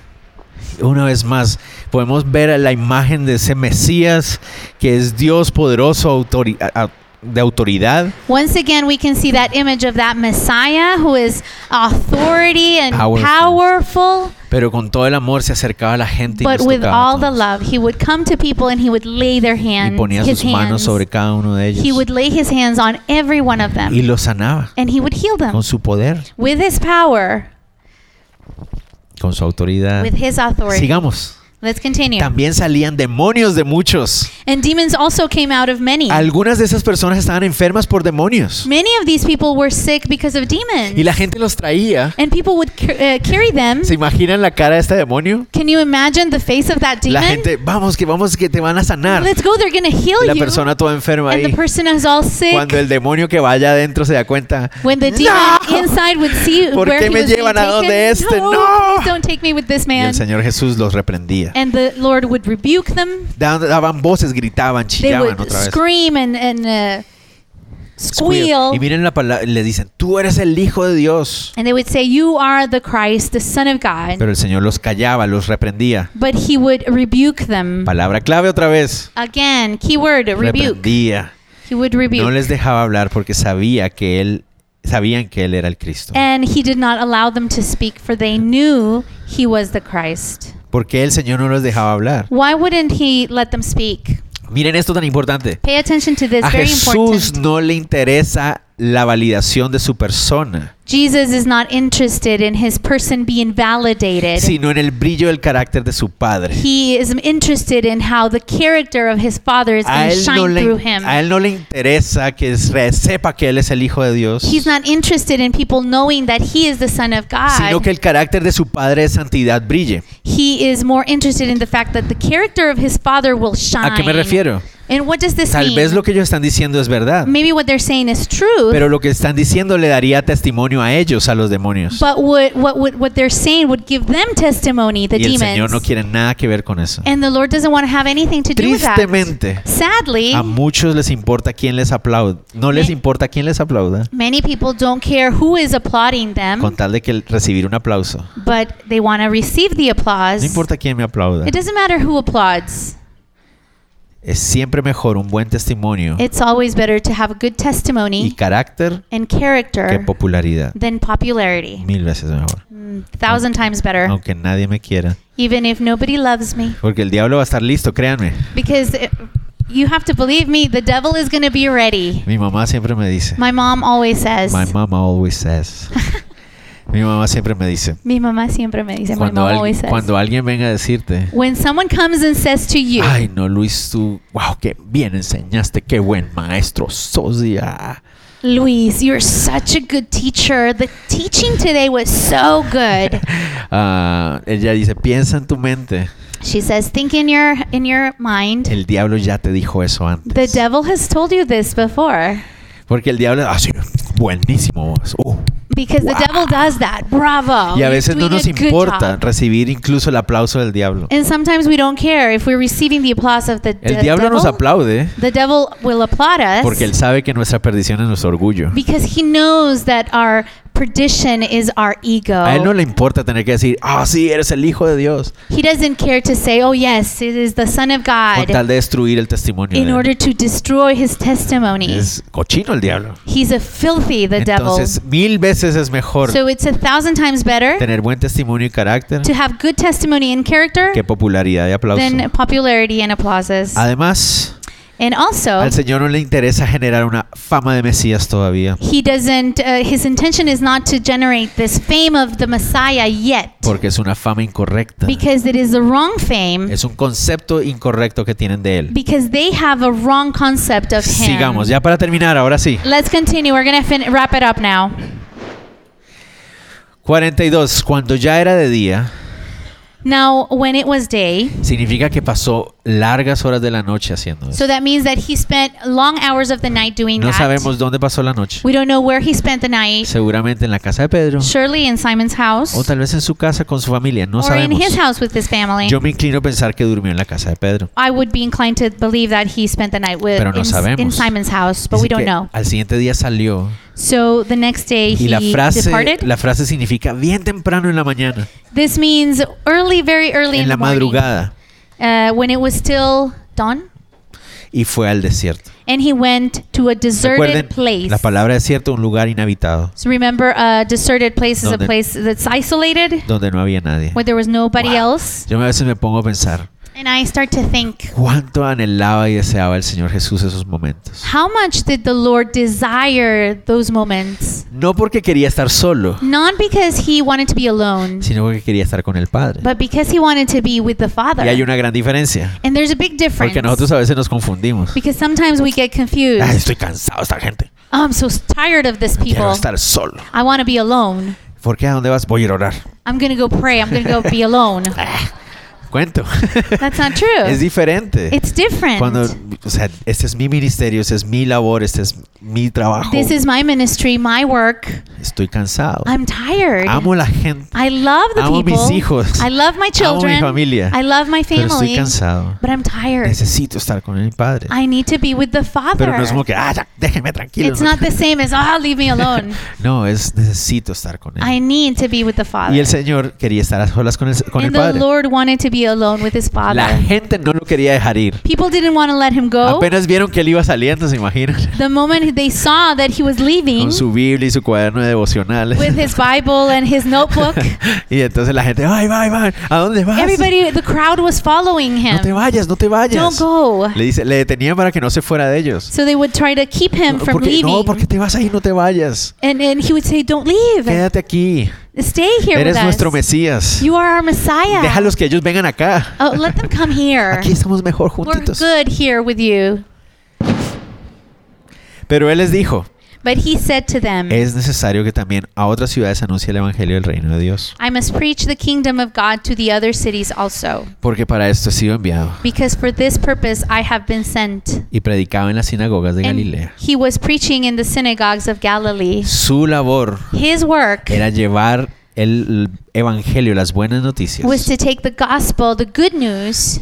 S1: Una vez más, podemos ver a la imagen de ese Mesías que es Dios poderoso autori- a- a- de autoridad,
S2: Once again, we can see that image of that Messiah who is authority and
S1: Powerful.
S2: powerful,
S1: pero con todo el amor se acercaba a la gente y,
S2: but
S1: los
S2: with
S1: tocaba a
S2: all the
S1: todos.
S2: love, he would come to people and he would lay their
S1: y
S2: hands,
S1: ponía
S2: his
S1: sus manos
S2: hands.
S1: sobre cada uno de
S2: He
S1: ellos
S2: would lay his hands on every one of them
S1: y los sanaba
S2: and he would heal them
S1: con su poder,
S2: with his power,
S1: con su autoridad.
S2: with his authority.
S1: Sigamos.
S2: Let's continue.
S1: También salían demonios de muchos.
S2: And demons also came out of many.
S1: Algunas de esas personas estaban enfermas por demonios
S2: Many of these people were sick because of demons,
S1: y la gente los traía.
S2: and people would car- uh, carry them.
S1: ¿Se imaginan la cara de este demonio?
S2: Can you imagine the face of that
S1: La
S2: demon?
S1: gente, vamos, que vamos, que te van a sanar.
S2: Let's go, they're going to heal
S1: Y la
S2: you.
S1: persona toda enferma
S2: and
S1: ahí.
S2: the person is all sick.
S1: Cuando el demonio que vaya adentro se da cuenta.
S2: when the demon
S1: "¡No!".
S2: inside would see
S1: ¿Por
S2: where
S1: qué
S2: he
S1: me
S2: was being
S1: llevan a
S2: taken,
S1: donde este?
S2: no,
S1: No."
S2: please don't take me with this
S1: Y
S2: man.
S1: el Señor Jesús los reprendía.
S2: And the Lord would rebuke them.
S1: Da- Daban voces, gritaban,
S2: They
S1: chillaban
S2: would
S1: otra vez.
S2: scream and, and uh, squeal.
S1: Y miren la palabra, le dicen, tú eres el Hijo de Dios.
S2: And they would say, You are the Christ, the Son of God.
S1: Pero el Señor los callaba, los reprendía.
S2: but he would rebuke them.
S1: Palabra clave otra vez.
S2: Again, keyword rebuke.
S1: Reprendía.
S2: He would rebuke.
S1: No les dejaba hablar porque sabía que él, sabían que él era el Cristo.
S2: and he did not allow them to speak, for they knew he was the Christ.
S1: ¿Por qué el Señor no los dejaba hablar?
S2: Why wouldn't he let them speak?
S1: Miren esto tan importante.
S2: Pay attention to this,
S1: A
S2: very
S1: Jesús
S2: important.
S1: no le interesa la validación de su persona,
S2: Jesus is not interested in his person being validated.
S1: sino en el brillo del carácter de su Padre.
S2: He is interested in how the character of his father is
S1: A
S2: going to
S1: él,
S2: shine
S1: no
S2: through
S1: le,
S2: him.
S1: a él no le interesa que es- re- sepa que Él es el Hijo de Dios,
S2: He's not interested in people knowing that he is the son of
S1: sino
S2: God.
S1: que el carácter de su Padre de santidad brille.
S2: he is more interested in the fact that the character of his father will shine.
S1: ¿A qué me refiero?
S2: And what does this
S1: Tal
S2: mean?
S1: vez lo que ellos están diciendo es verdad,
S2: Maybe what they're saying is true,
S1: pero lo que están diciendo le daría testimonio a ellos, a los demonios.
S2: but what, what, what, what they're saying would give them testimony, the
S1: Y el Señor
S2: demons.
S1: no quiere nada que ver con eso.
S2: and the Lord doesn't want to have anything to do with that.
S1: Tristemente,
S2: Sadly,
S1: a muchos les importa quién les aplaude. No les
S2: Me-
S1: importa quién les aplauda,
S2: many people don't care who is applauding them,
S1: con tal de que el- recibir un aplauso.
S2: but they want to receive the applause.
S1: No importa quién me aplauda.
S2: It doesn't matter who applauds.
S1: Es siempre mejor un buen testimonio
S2: It's always better to have a
S1: y
S2: good testimony
S1: carácter
S2: and
S1: que
S2: character
S1: popularidad.
S2: than popularity.
S1: Mil veces mejor.
S2: Mm, Thousand times better,
S1: Aunque nadie me quiera.
S2: even if nobody loves me.
S1: Porque el diablo va a estar listo, créanme.
S2: Because it, you have to believe me, the devil is going to be ready.
S1: Mi mamá siempre me dice.
S2: My mom always says.
S1: My mama always says. Mi mamá siempre me dice.
S2: Mi mamá siempre me dice. My
S1: Cuando,
S2: mom
S1: al-
S2: always says.
S1: cuando alguien venga a decirte.
S2: When someone comes and says to you,
S1: Ay, no, Luis, tú, wow, qué bien enseñaste, qué buen maestro sos. y, ah".
S2: Luis, you're such a good teacher. The teaching today was so Oh, good.
S1: Ah, ella dice, piensa en tu mente.
S2: she says, think in your in your mind.
S1: El diablo ya te dijo eso
S2: The
S1: antes.
S2: devil has told you this before.
S1: Porque el diablo, ah, sí, buenísimo. vos. Uh.
S2: Because
S1: Wow.
S2: the devil does that.
S1: y
S2: Bravo.
S1: a
S2: Oh, You're
S1: veces no
S2: doing
S1: nos
S2: a good
S1: importa
S2: job.
S1: recibir incluso el aplauso del diablo.
S2: And sometimes we don't care if we're receiving the applause of the
S1: El
S2: de-
S1: diablo
S2: devil.
S1: nos aplaude
S2: The devil will applaud us
S1: porque él sabe que nuestra perdición es nuestro orgullo.
S2: because he knows that our perdition is our ego.
S1: A él no le importa tener que decir, ah, sí, eres el hijo de Dios,
S2: He doesn't care to say, "Oh yes, it is the son of
S1: con
S2: God."
S1: tal de destruir el testimonio.
S2: in
S1: de él.
S2: order to destroy his testimony.
S1: Es cochino el diablo.
S2: He's a filthy, the devil.
S1: Entonces, mil veces es mejor
S2: So it's a thousand times better
S1: tener buen testimonio y carácter
S2: to have good testimony and character
S1: que popularidad y aplauso.
S2: than popularity and applauses.
S1: Además,
S2: And also,
S1: al Señor no le interesa generar una fama de Mesías todavía,
S2: he doesn't, uh, his intention is not to generate this fame of the Messiah yet
S1: porque es una fama incorrecta.
S2: because it is the wrong fame
S1: Es un concepto incorrecto que tienen de él.
S2: because they have a wrong concept of him.
S1: Sigamos, ya para terminar, ahora sí.
S2: Let's continue. We're going to fin- wrap it up now.
S1: 42. Cuando ya era de día,
S2: Now, when it was day,
S1: significa que pasó largas horas de la noche haciendo eso.
S2: so that means that he spent long hours of the night doing
S1: No
S2: that.
S1: sabemos dónde pasó la noche.
S2: We don't know where he spent the night.
S1: Seguramente en la casa de Pedro,
S2: Surely in Simon's house
S1: o tal vez en su casa con su familia, no
S2: or in
S1: sabemos.
S2: his house with his family.
S1: Yo me inclino a pensar que durmió en la casa de Pedro.
S2: I would be inclined to believe that he spent the night with
S1: Pero no
S2: in,
S1: sabemos.
S2: in Simon's house, but
S1: Dice
S2: we don't
S1: que
S2: know.
S1: Al siguiente día salió
S2: So the next day
S1: y
S2: he
S1: la frase,
S2: departed.
S1: la frase significa bien temprano en la mañana,
S2: this means early, very early
S1: en
S2: in
S1: la
S2: the morning,
S1: madrugada,
S2: uh, when it was still dawn,
S1: y fue al desierto.
S2: and he went to a
S1: Recuerden,
S2: deserted place.
S1: la palabra desierto, un lugar inhabitado,
S2: so remember, a deserted place is a
S1: Donde-
S2: place that's isolated,
S1: donde no había nadie.
S2: where there was nobody
S1: Wow.
S2: else.
S1: Yo a veces me pongo a pensar
S2: And I start to think,
S1: cuánto anhelaba y deseaba el Señor Jesús esos momentos.
S2: how much did the Lord desire those moments?
S1: No porque quería estar solo,
S2: Not because he wanted to be alone,
S1: sino porque quería estar con el Padre.
S2: but because he wanted to be with the Father.
S1: Y hay una gran diferencia,
S2: And there's a big difference.
S1: porque nosotros a veces nos confundimos.
S2: Because sometimes we get confused.
S1: Ay, estoy cansado de esta gente.
S2: "Oh, I'm so tired of this
S1: Quiero
S2: people.
S1: estar solo.
S2: I want to be alone.
S1: ¿Por qué a dónde vas? Voy a ir a orar. Ah,
S2: I'm going to go pray. I'm going to go be alone.
S1: Cuento.
S2: That's not true.
S1: Es diferente.
S2: It's different.
S1: Cuando, o sea, este es mi ministerio, este es mi labor, este es mi trabajo.
S2: this is my ministry, my work.
S1: Estoy cansado.
S2: I'm tired.
S1: Amo la gente,
S2: I love the
S1: Amo mis
S2: people.
S1: hijos.
S2: I love my
S1: Amo mi
S2: children.
S1: familia.
S2: I love my
S1: pero
S2: family.
S1: estoy cansado.
S2: But I'm tired.
S1: Necesito estar con mi padre.
S2: I need to be with the Father.
S1: Pero no es como que, ah, ya, déjenme tranquilo.
S2: it's
S1: ¿no?
S2: not the same as, oh, leave me alone.
S1: no, es necesito estar con él.
S2: I need to be with the Father.
S1: Y el Señor quería estar a solas con el, con el
S2: and the
S1: padre.
S2: Lord wanted to be be alone with his
S1: La
S2: father.
S1: gente no lo quería dejar ir.
S2: People didn't want to let him go.
S1: Apenas vieron que él iba saliendo, se imaginan.
S2: The moment they saw that he was leaving
S1: Con su Biblia y su cuaderno de devocionales.
S2: with his Bible and his notebook,
S1: y entonces la gente, ay, va, va, ¿a dónde vas?
S2: everybody, the crowd was following
S1: No te
S2: him.
S1: vayas, no te
S2: Don't
S1: vayas.
S2: go.
S1: Le dice, le detenían para que no se fuera de ellos.
S2: So they would try to keep him from
S1: Porque, no,
S2: leaving.
S1: porque te vas ahí, no te vayas.
S2: And, and he would say, Don't leave.
S1: Quédate aquí.
S2: Stay here with
S1: Eres nuestro
S2: us.
S1: Mesías.
S2: You are our Messiah.
S1: Déjalos que ellos vengan acá.
S2: Oh, let them come here.
S1: Aquí estamos mejor
S2: We're
S1: juntitos.
S2: good here with you.
S1: Pero él les dijo,
S2: But he said to them,
S1: es necesario que también a otras ciudades anuncie el evangelio del reino de Dios,
S2: I must preach the kingdom of God to the other cities also,
S1: porque para esto he sido enviado.
S2: because for this purpose I have been sent.
S1: Y predicaba en las sinagogas de
S2: And
S1: Galilea.
S2: he was preaching in the synagogues of Galilee.
S1: Su labor
S2: His work
S1: era llevar el evangelio, las buenas noticias
S2: was to take the gospel, the good news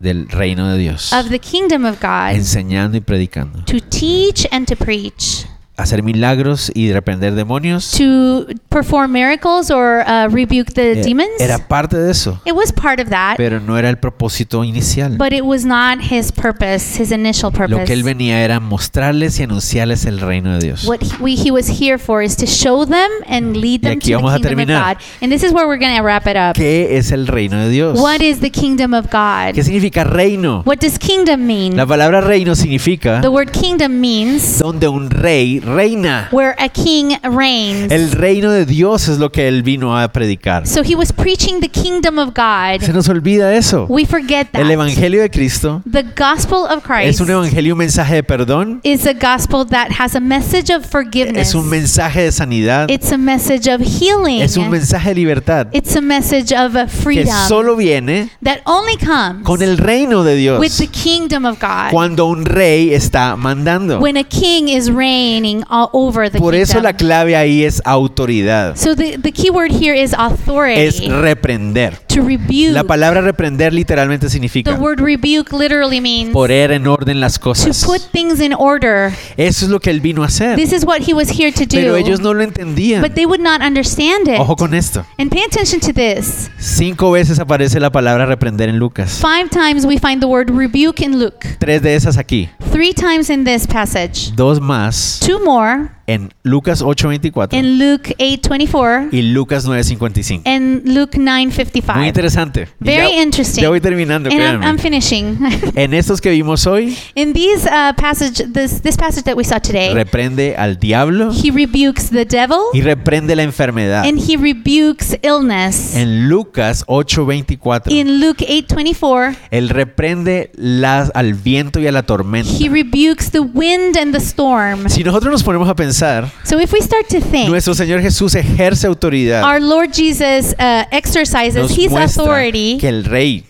S1: del reino de Dios,
S2: of the kingdom of God,
S1: enseñando y predicando,
S2: to teach and to preach,
S1: hacer milagros y reprender demonios.
S2: to perform miracles or uh, rebuke the
S1: Eh,
S2: demons.
S1: Era parte de eso,
S2: It was part of that,
S1: pero no era el propósito inicial.
S2: but it was not his purpose, his initial
S1: Lo que él
S2: purpose.
S1: venía era mostrarles y anunciarles el reino de Dios.
S2: What he, we, he was here for is to show them and lead
S1: Y
S2: them
S1: aquí
S2: to the
S1: vamos a
S2: kingdom of
S1: terminar.
S2: God. And this is where we're going to wrap it up.
S1: ¿Qué es el reino de Dios?
S2: What is the kingdom of God?
S1: ¿Qué significa reino?
S2: What does kingdom mean?
S1: La palabra reino significa
S2: The word kingdom means
S1: donde un rey reina.
S2: where a king reigns.
S1: El reino de Dios es lo que él vino a predicar.
S2: so he was preaching the kingdom of
S1: Se
S2: God.
S1: nos olvida eso.
S2: We forget that.
S1: El evangelio de Cristo
S2: the gospel of
S1: es
S2: Christ
S1: un evangelio, un mensaje de perdón,
S2: is a gospel that has a message of forgiveness.
S1: es un mensaje de sanidad,
S2: it's a message of healing.
S1: es un mensaje de libertad
S2: it's a message of uh,
S1: que
S2: freedom
S1: solo viene
S2: that only comes
S1: con el reino de
S2: with the
S1: Dios
S2: kingdom of God.
S1: cuando un rey está mandando.
S2: when a king is reigning all over the
S1: Por eso
S2: kingdom.
S1: la clave ahí es autoridad,
S2: so the, the key word here is authority.
S1: es reprender.
S2: to rebuke.
S1: La palabra reprender literalmente
S2: The
S1: significa
S2: word rebuke literally means
S1: poner en orden las
S2: to
S1: cosas.
S2: put things in order.
S1: Eso es lo que él vino a hacer.
S2: This is what he was here to
S1: Pero
S2: do.
S1: ellos no lo entendían.
S2: But they would not understand it.
S1: Ojo con esto.
S2: And pay attention to this.
S1: Cinco veces aparece la palabra reprender en Lucas.
S2: Five times we find the word rebuke in Luke,
S1: Tres de esas aquí.
S2: three times in this passage,
S1: Dos más
S2: two more
S1: en Lucas 8:24
S2: in Luke 8:24
S1: y Lucas 9:55.
S2: and Luke
S1: Muy
S2: 9:55.
S1: interesante. Y
S2: Very
S1: ya,
S2: interesting.
S1: ya voy terminando,
S2: And I'm,
S1: créanme.
S2: I'm finishing.
S1: En estos que vimos hoy,
S2: in these uh, passage, this this passage that we saw today,
S1: reprende al diablo
S2: he rebukes the devil
S1: y reprende la enfermedad.
S2: and he rebukes illness.
S1: En Lucas 8:24,
S2: In Luke 8:24,
S1: él reprende las, al viento y a la tormenta.
S2: he rebukes the wind and the storm.
S1: Si nosotros nos ponemos a pensar,
S2: So if we start to think,
S1: nuestro Señor Jesús ejerce autoridad.
S2: our Lord Jesus uh, exercises
S1: nos
S2: his
S1: muestra
S2: authority.
S1: que el rey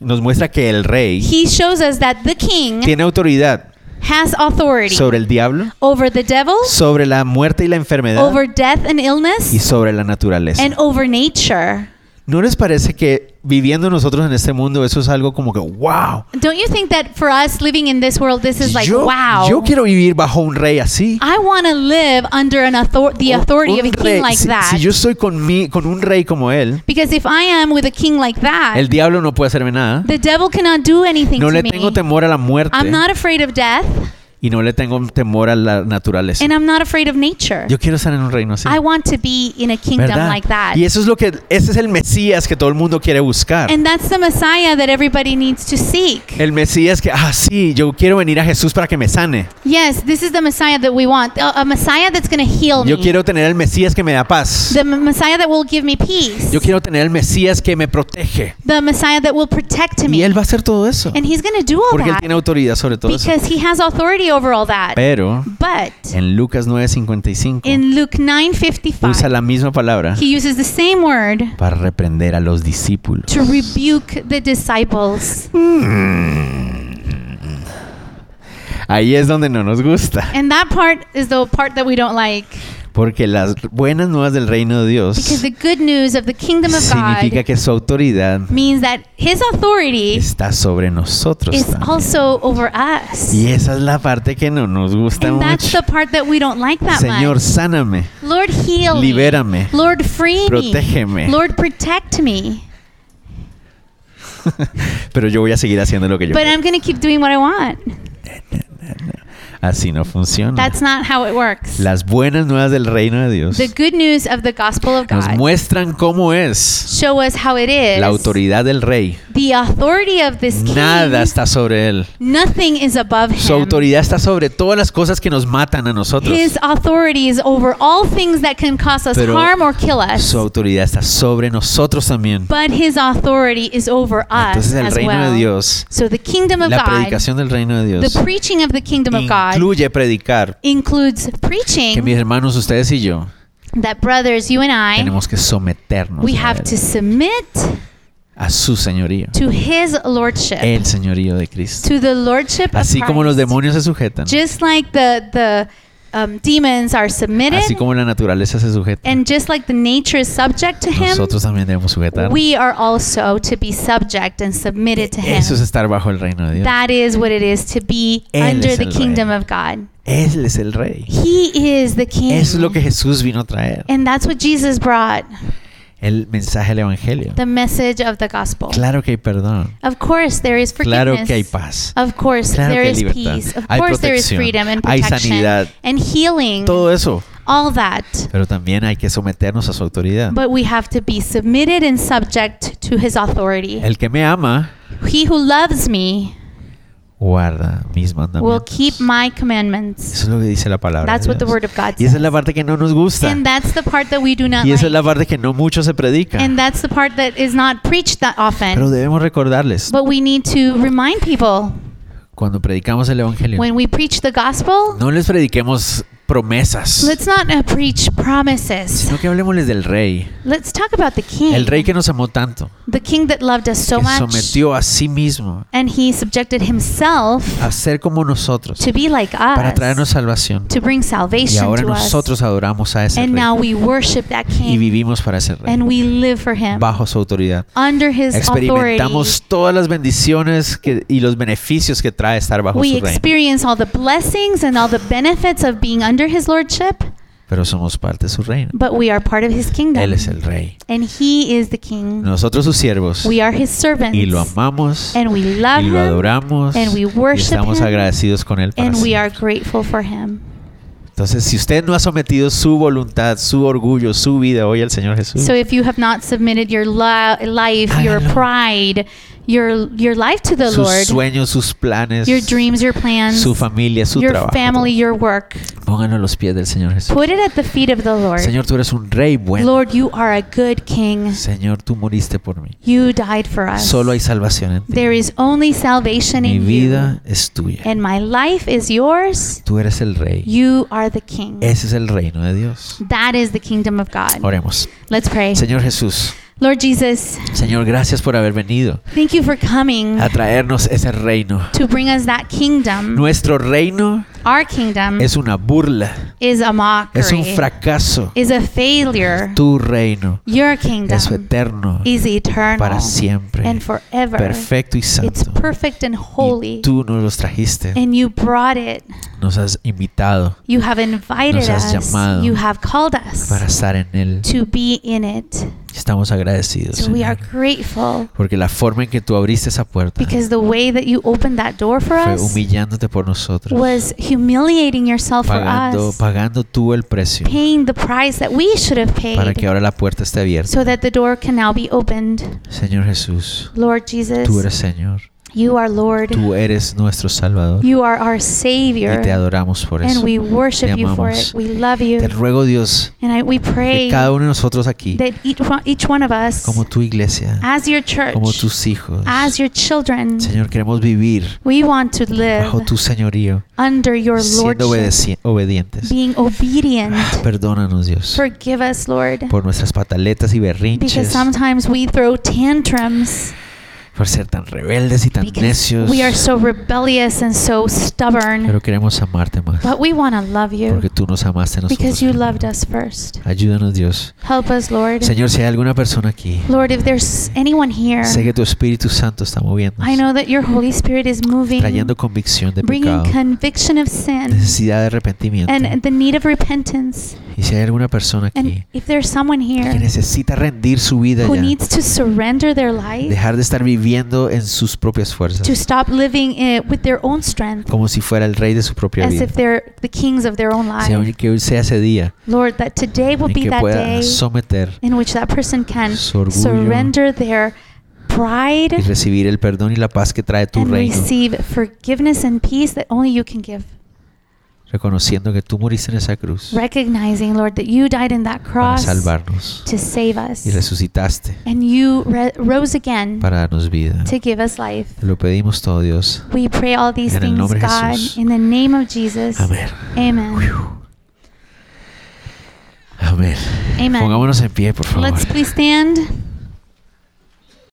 S1: nos muestra que el rey
S2: He shows us that the king
S1: tiene autoridad
S2: has authority
S1: sobre el diablo,
S2: over the devil,
S1: sobre la muerte y la enfermedad
S2: over death and
S1: y
S2: illness,
S1: sobre la naturaleza.
S2: and over nature.
S1: ¿No les parece que viviendo nosotros en este mundo eso es algo como que wow?
S2: Don't you think that for us living in this world, this is like,
S1: yo, yo
S2: wow,
S1: quiero vivir bajo un rey así.
S2: I want to live under an author- the authority of a
S1: Un rey-
S2: king like
S1: Oh, si, si
S2: that?
S1: yo estoy con mi- con un rey como él,
S2: Because if I am with a king like that,
S1: el diablo no puede hacerme nada.
S2: the devil cannot do anything
S1: No
S2: Ah. to
S1: le
S2: me.
S1: tengo temor a la muerte
S2: I'm not afraid of death
S1: y no le tengo temor a la naturaleza.
S2: and I'm not afraid of nature.
S1: Yo quiero estar en un reino así.
S2: I want to be in a kingdom
S1: ¿Verdad?
S2: like that.
S1: Y eso es lo que ese es el Mesías que todo el mundo quiere buscar.
S2: And that's the Messiah that everybody needs to seek.
S1: el Mesías que ah sí, yo quiero venir a Jesús para que me sane.
S2: Yes, this is the Messiah that we want. A, a Messiah that's going to heal
S1: Yo
S2: me.
S1: quiero tener al Mesías que me da paz.
S2: The m- Messiah that will give me peace.
S1: Yo quiero tener al Mesías que me protege.
S2: The Messiah that will protect
S1: Y
S2: me.
S1: él va a hacer todo eso,
S2: And he's going to do all
S1: porque él
S2: that
S1: tiene autoridad sobre todo eso.
S2: because he has authority over all that.
S1: Pero
S2: But
S1: en Lucas 9:55
S2: in Luke
S1: usa
S2: 9:55,
S1: la misma palabra
S2: he uses the same word
S1: para reprender a los discípulos.
S2: to rebuke the disciples.
S1: Ahí es donde no nos gusta,
S2: And that part is the part that we don't like.
S1: porque las buenas nuevas del reino de Dios
S2: Because the good news of the kingdom of
S1: significa
S2: God
S1: que su autoridad
S2: means that his authority
S1: está sobre nosotros.
S2: is
S1: también.
S2: also over us.
S1: Y esa es la parte que no nos gusta
S2: And that's
S1: mucho.
S2: the part that we don't like that
S1: Señor,
S2: much.
S1: sáname,
S2: Lord, heal me.
S1: libérame,
S2: Lord, free me.
S1: protégeme.
S2: Lord, protect me.
S1: Pero yo voy a seguir haciendo lo que yo
S2: But
S1: quiero.
S2: I'm going to keep doing what I want.
S1: Así no funciona.
S2: That's not how it works.
S1: Las buenas nuevas del reino de Dios
S2: The good news of the gospel of
S1: nos
S2: God
S1: muestran cómo es
S2: show us how it is.
S1: la autoridad del rey.
S2: The authority of this king.
S1: Nada está sobre él.
S2: Nothing is above
S1: Su
S2: him.
S1: autoridad está sobre todas las cosas que nos matan a nosotros.
S2: His authority is over all things that can cause us
S1: Pero
S2: harm or kill us.
S1: Su autoridad está sobre nosotros también.
S2: But his authority is over us
S1: Entonces el
S2: as
S1: reino
S2: well.
S1: de Dios,
S2: so the kingdom of
S1: la
S2: God,
S1: predicación del reino de Dios,
S2: the preaching of the kingdom of God
S1: incluye predicar
S2: includes
S1: que
S2: preaching
S1: mis hermanos, ustedes y yo
S2: that brothers, you and I,
S1: tenemos que someternos
S2: we
S1: a,
S2: have
S1: él,
S2: to submit
S1: a su señorío,
S2: to his lordship,
S1: el señorío de Cristo.
S2: to the lordship of
S1: Así como los
S2: Christ.
S1: demonios se sujetan,
S2: Just like the the um, demons are submitted,
S1: así como la naturaleza se sujeta,
S2: and just like the nature is subject to him,
S1: nosotros también debemos sujetar.
S2: we are also to be subject and submitted to him.
S1: E-, Eso es estar bajo el reino de Dios.
S2: That is what it is to be
S1: Él
S2: under
S1: es
S2: the
S1: el
S2: kingdom
S1: rey.
S2: of God.
S1: Él es el rey.
S2: He is the king.
S1: Eso es lo que Jesús vino a traer.
S2: and that's what Jesus brought
S1: El mensaje del Evangelio.
S2: the message of the gospel.
S1: Claro que hay perdón.
S2: Of course, there is forgiveness.
S1: Claro que hay paz.
S2: Of course,
S1: Claro
S2: there
S1: que hay
S2: is
S1: libertad.
S2: peace. Of
S1: Hay
S2: course, there is
S1: protección.
S2: freedom and
S1: Hay
S2: protection
S1: sanidad.
S2: and healing.
S1: Todo eso.
S2: All that.
S1: Pero también hay que someternos a su autoridad.
S2: But we have to be submitted and subject to his authority.
S1: El que me ama
S2: He who loves me
S1: guarda mis
S2: will
S1: mandamientos.
S2: keep my commandments.
S1: Eso es lo que dice la palabra.
S2: That's
S1: de
S2: what the
S1: Dios.
S2: word of God
S1: Y esa es
S2: says.
S1: la parte que no nos gusta.
S2: And that's the part that we do not
S1: Y esa es la
S2: like.
S1: parte que no mucho se predica.
S2: And that's the part that is not preached that
S1: Pero
S2: often.
S1: debemos recordarles,
S2: But we need to remind people
S1: cuando predicamos el Evangelio,
S2: when we preach the gospel,
S1: no les prediquemos promesas,
S2: let's not uh, preach promises.
S1: sino que hablemosles del rey.
S2: Let's talk about the king.
S1: El rey que nos amó tanto,
S2: the king that loved us so
S1: que
S2: much.
S1: sometió a sí mismo
S2: And he subjected himself
S1: a ser como nosotros
S2: to be like
S1: para traernos
S2: us,
S1: salvación.
S2: to bring
S1: Y
S2: salvation
S1: ahora
S2: to us.
S1: nosotros adoramos a ese
S2: And now
S1: rey
S2: we worship that
S1: y
S2: king
S1: vivimos para ese rey,
S2: and we live for him
S1: bajo su autoridad.
S2: under his authority.
S1: Experimentamos todas las bendiciones que- y los beneficios que trae estar bajo
S2: We
S1: su reino,
S2: experience all the blessings and all the benefits of being under his lordship,
S1: pero somos parte de su reino.
S2: but we are part of his
S1: Él
S2: kingdom.
S1: es el rey.
S2: And he is the king.
S1: Nosotros sus siervos
S2: We are his servants.
S1: y lo amamos
S2: and we love
S1: y lo
S2: him.
S1: adoramos
S2: and we
S1: y
S2: worship
S1: estamos
S2: him,
S1: agradecidos con él. Para
S2: And we are
S1: siempre.
S2: grateful for him.
S1: Entonces, si usted no ha sometido su voluntad, su orgullo, su vida hoy al Señor Jesús,
S2: So if you have not submitted your li- life, your
S1: Hágalo.
S2: pride, your your life to the
S1: sus
S2: Lord,
S1: sueños, sus planes,
S2: your dreams, your plans,
S1: su familia, su
S2: your
S1: trabajo,
S2: family, your work,
S1: pónganlo a los pies del Señor Jesús.
S2: put it at the feet of the Lord.
S1: Señor, tú eres un rey bueno.
S2: Lord, you are a good king.
S1: Señor, tú moriste por mí.
S2: You died for us.
S1: Solo hay salvación en ti.
S2: There is only salvation
S1: Mi
S2: in
S1: vida es tuya.
S2: you. And my life is yours.
S1: Tú eres el rey.
S2: You are the king.
S1: Ese es el reino de Dios.
S2: That is the kingdom of God.
S1: Oremos.
S2: Let's pray.
S1: Señor Jesús,
S2: Lord Jesus,
S1: Señor, gracias por haber venido
S2: thank you for coming
S1: a traernos ese reino.
S2: to bring us that kingdom.
S1: Nuestro reino
S2: Our kingdom
S1: es una burla,
S2: is a
S1: es un
S2: mockery,
S1: fracaso.
S2: is a failure.
S1: Tu reino
S2: Your
S1: es
S2: kingdom
S1: eterno,
S2: is eternal
S1: para siempre,
S2: and forever.
S1: perfecto y
S2: It's
S1: santo.
S2: perfect and
S1: Y
S2: holy.
S1: tú nos los trajiste,
S2: And you brought it.
S1: nos has invitado
S2: You have invited
S1: Nos has
S2: us.
S1: llamado
S2: You have called us
S1: para estar en él.
S2: to be in it.
S1: Estamos agradecidos,
S2: So we are
S1: Señor,
S2: grateful
S1: porque la forma en que tú abriste esa puerta
S2: because the way that you opened that door for
S1: fue
S2: us
S1: humillándote por nosotros,
S2: was humiliating yourself for
S1: pagando,
S2: us,
S1: pagando tú el precio
S2: paying the price that we should have
S1: para que
S2: paid
S1: ahora la puerta esté abierta.
S2: so that the door can now be opened.
S1: Señor Jesús,
S2: Lord
S1: tú
S2: Jesus,
S1: eres Señor,
S2: you are Lord.
S1: tú eres nuestro Salvador y
S2: You are our
S1: te
S2: Savior.
S1: adoramos por eso.
S2: And we
S1: Te
S2: worship you for
S1: amamos.
S2: it. We love you.
S1: Te ruego Dios
S2: And I, we
S1: que
S2: pray
S1: cada uno de nosotros aquí,
S2: that each one, each one of us,
S1: como tu iglesia,
S2: as your church,
S1: como tus hijos,
S2: as your children,
S1: Señor, queremos vivir
S2: we want to live
S1: bajo tu señorío,
S2: under your
S1: siendo obedeci-
S2: Lordship,
S1: obedientes. Ah,
S2: being obedient.
S1: Perdónanos, Dios,
S2: Forgive us, Lord,
S1: por nuestras pataletas y
S2: because
S1: berrinches,
S2: sometimes we throw tantrums
S1: por ser tan rebeldes y tan
S2: because
S1: necios.
S2: we are so rebellious and so stubborn.
S1: Pero queremos amarte más,
S2: But we want to love you
S1: porque tú nos amaste a nosotros.
S2: because you
S1: primero.
S2: loved us first.
S1: Ayúdanos, Dios.
S2: Help us, Lord.
S1: Señor, si hay alguna persona aquí,
S2: Lord, if there's anyone here,
S1: sé que tu Espíritu Santo está moviendo,
S2: I know that your Holy Spirit is moving,
S1: trayendo convicción de
S2: bringing
S1: pecado,
S2: conviction of sin
S1: necesidad de arrepentimiento.
S2: and the need of repentance.
S1: Y si hay alguna persona
S2: And
S1: aquí
S2: if there's someone
S1: que
S2: here
S1: necesita rendir su vida
S2: who
S1: ya,
S2: needs to surrender their life,
S1: dejar de estar viviendo en sus propias fuerzas,
S2: to stop living eh, with their own strength
S1: como si fuera el rey de su propia
S2: as
S1: vida.
S2: if they're the kings of their own life.
S1: Señor, que hoy sea ese día
S2: Lord, that today will
S1: en
S2: be
S1: que
S2: that
S1: pueda
S2: day
S1: someter
S2: in which that person can
S1: su orgullo
S2: surrender their pride
S1: y recibir el perdón y la paz que trae tu
S2: and
S1: reino,
S2: receive forgiveness and peace that only you can give.
S1: reconociendo que tú moriste en esa cruz
S2: Recognizing, Lord, that you died in that
S1: para
S2: cross
S1: salvarnos
S2: to save us.
S1: y resucitaste
S2: And you re- rose again
S1: para darnos vida.
S2: to give us life.
S1: Te lo pedimos todo, Dios.
S2: We pray all these
S1: En el
S2: things,
S1: nombre de
S2: God,
S1: Jesús.
S2: in the name of Jesus.
S1: Amén.
S2: Amen.
S1: Uiu. Amén.
S2: Amen.
S1: Pongámonos en pie, por favor.
S2: Let's please stand.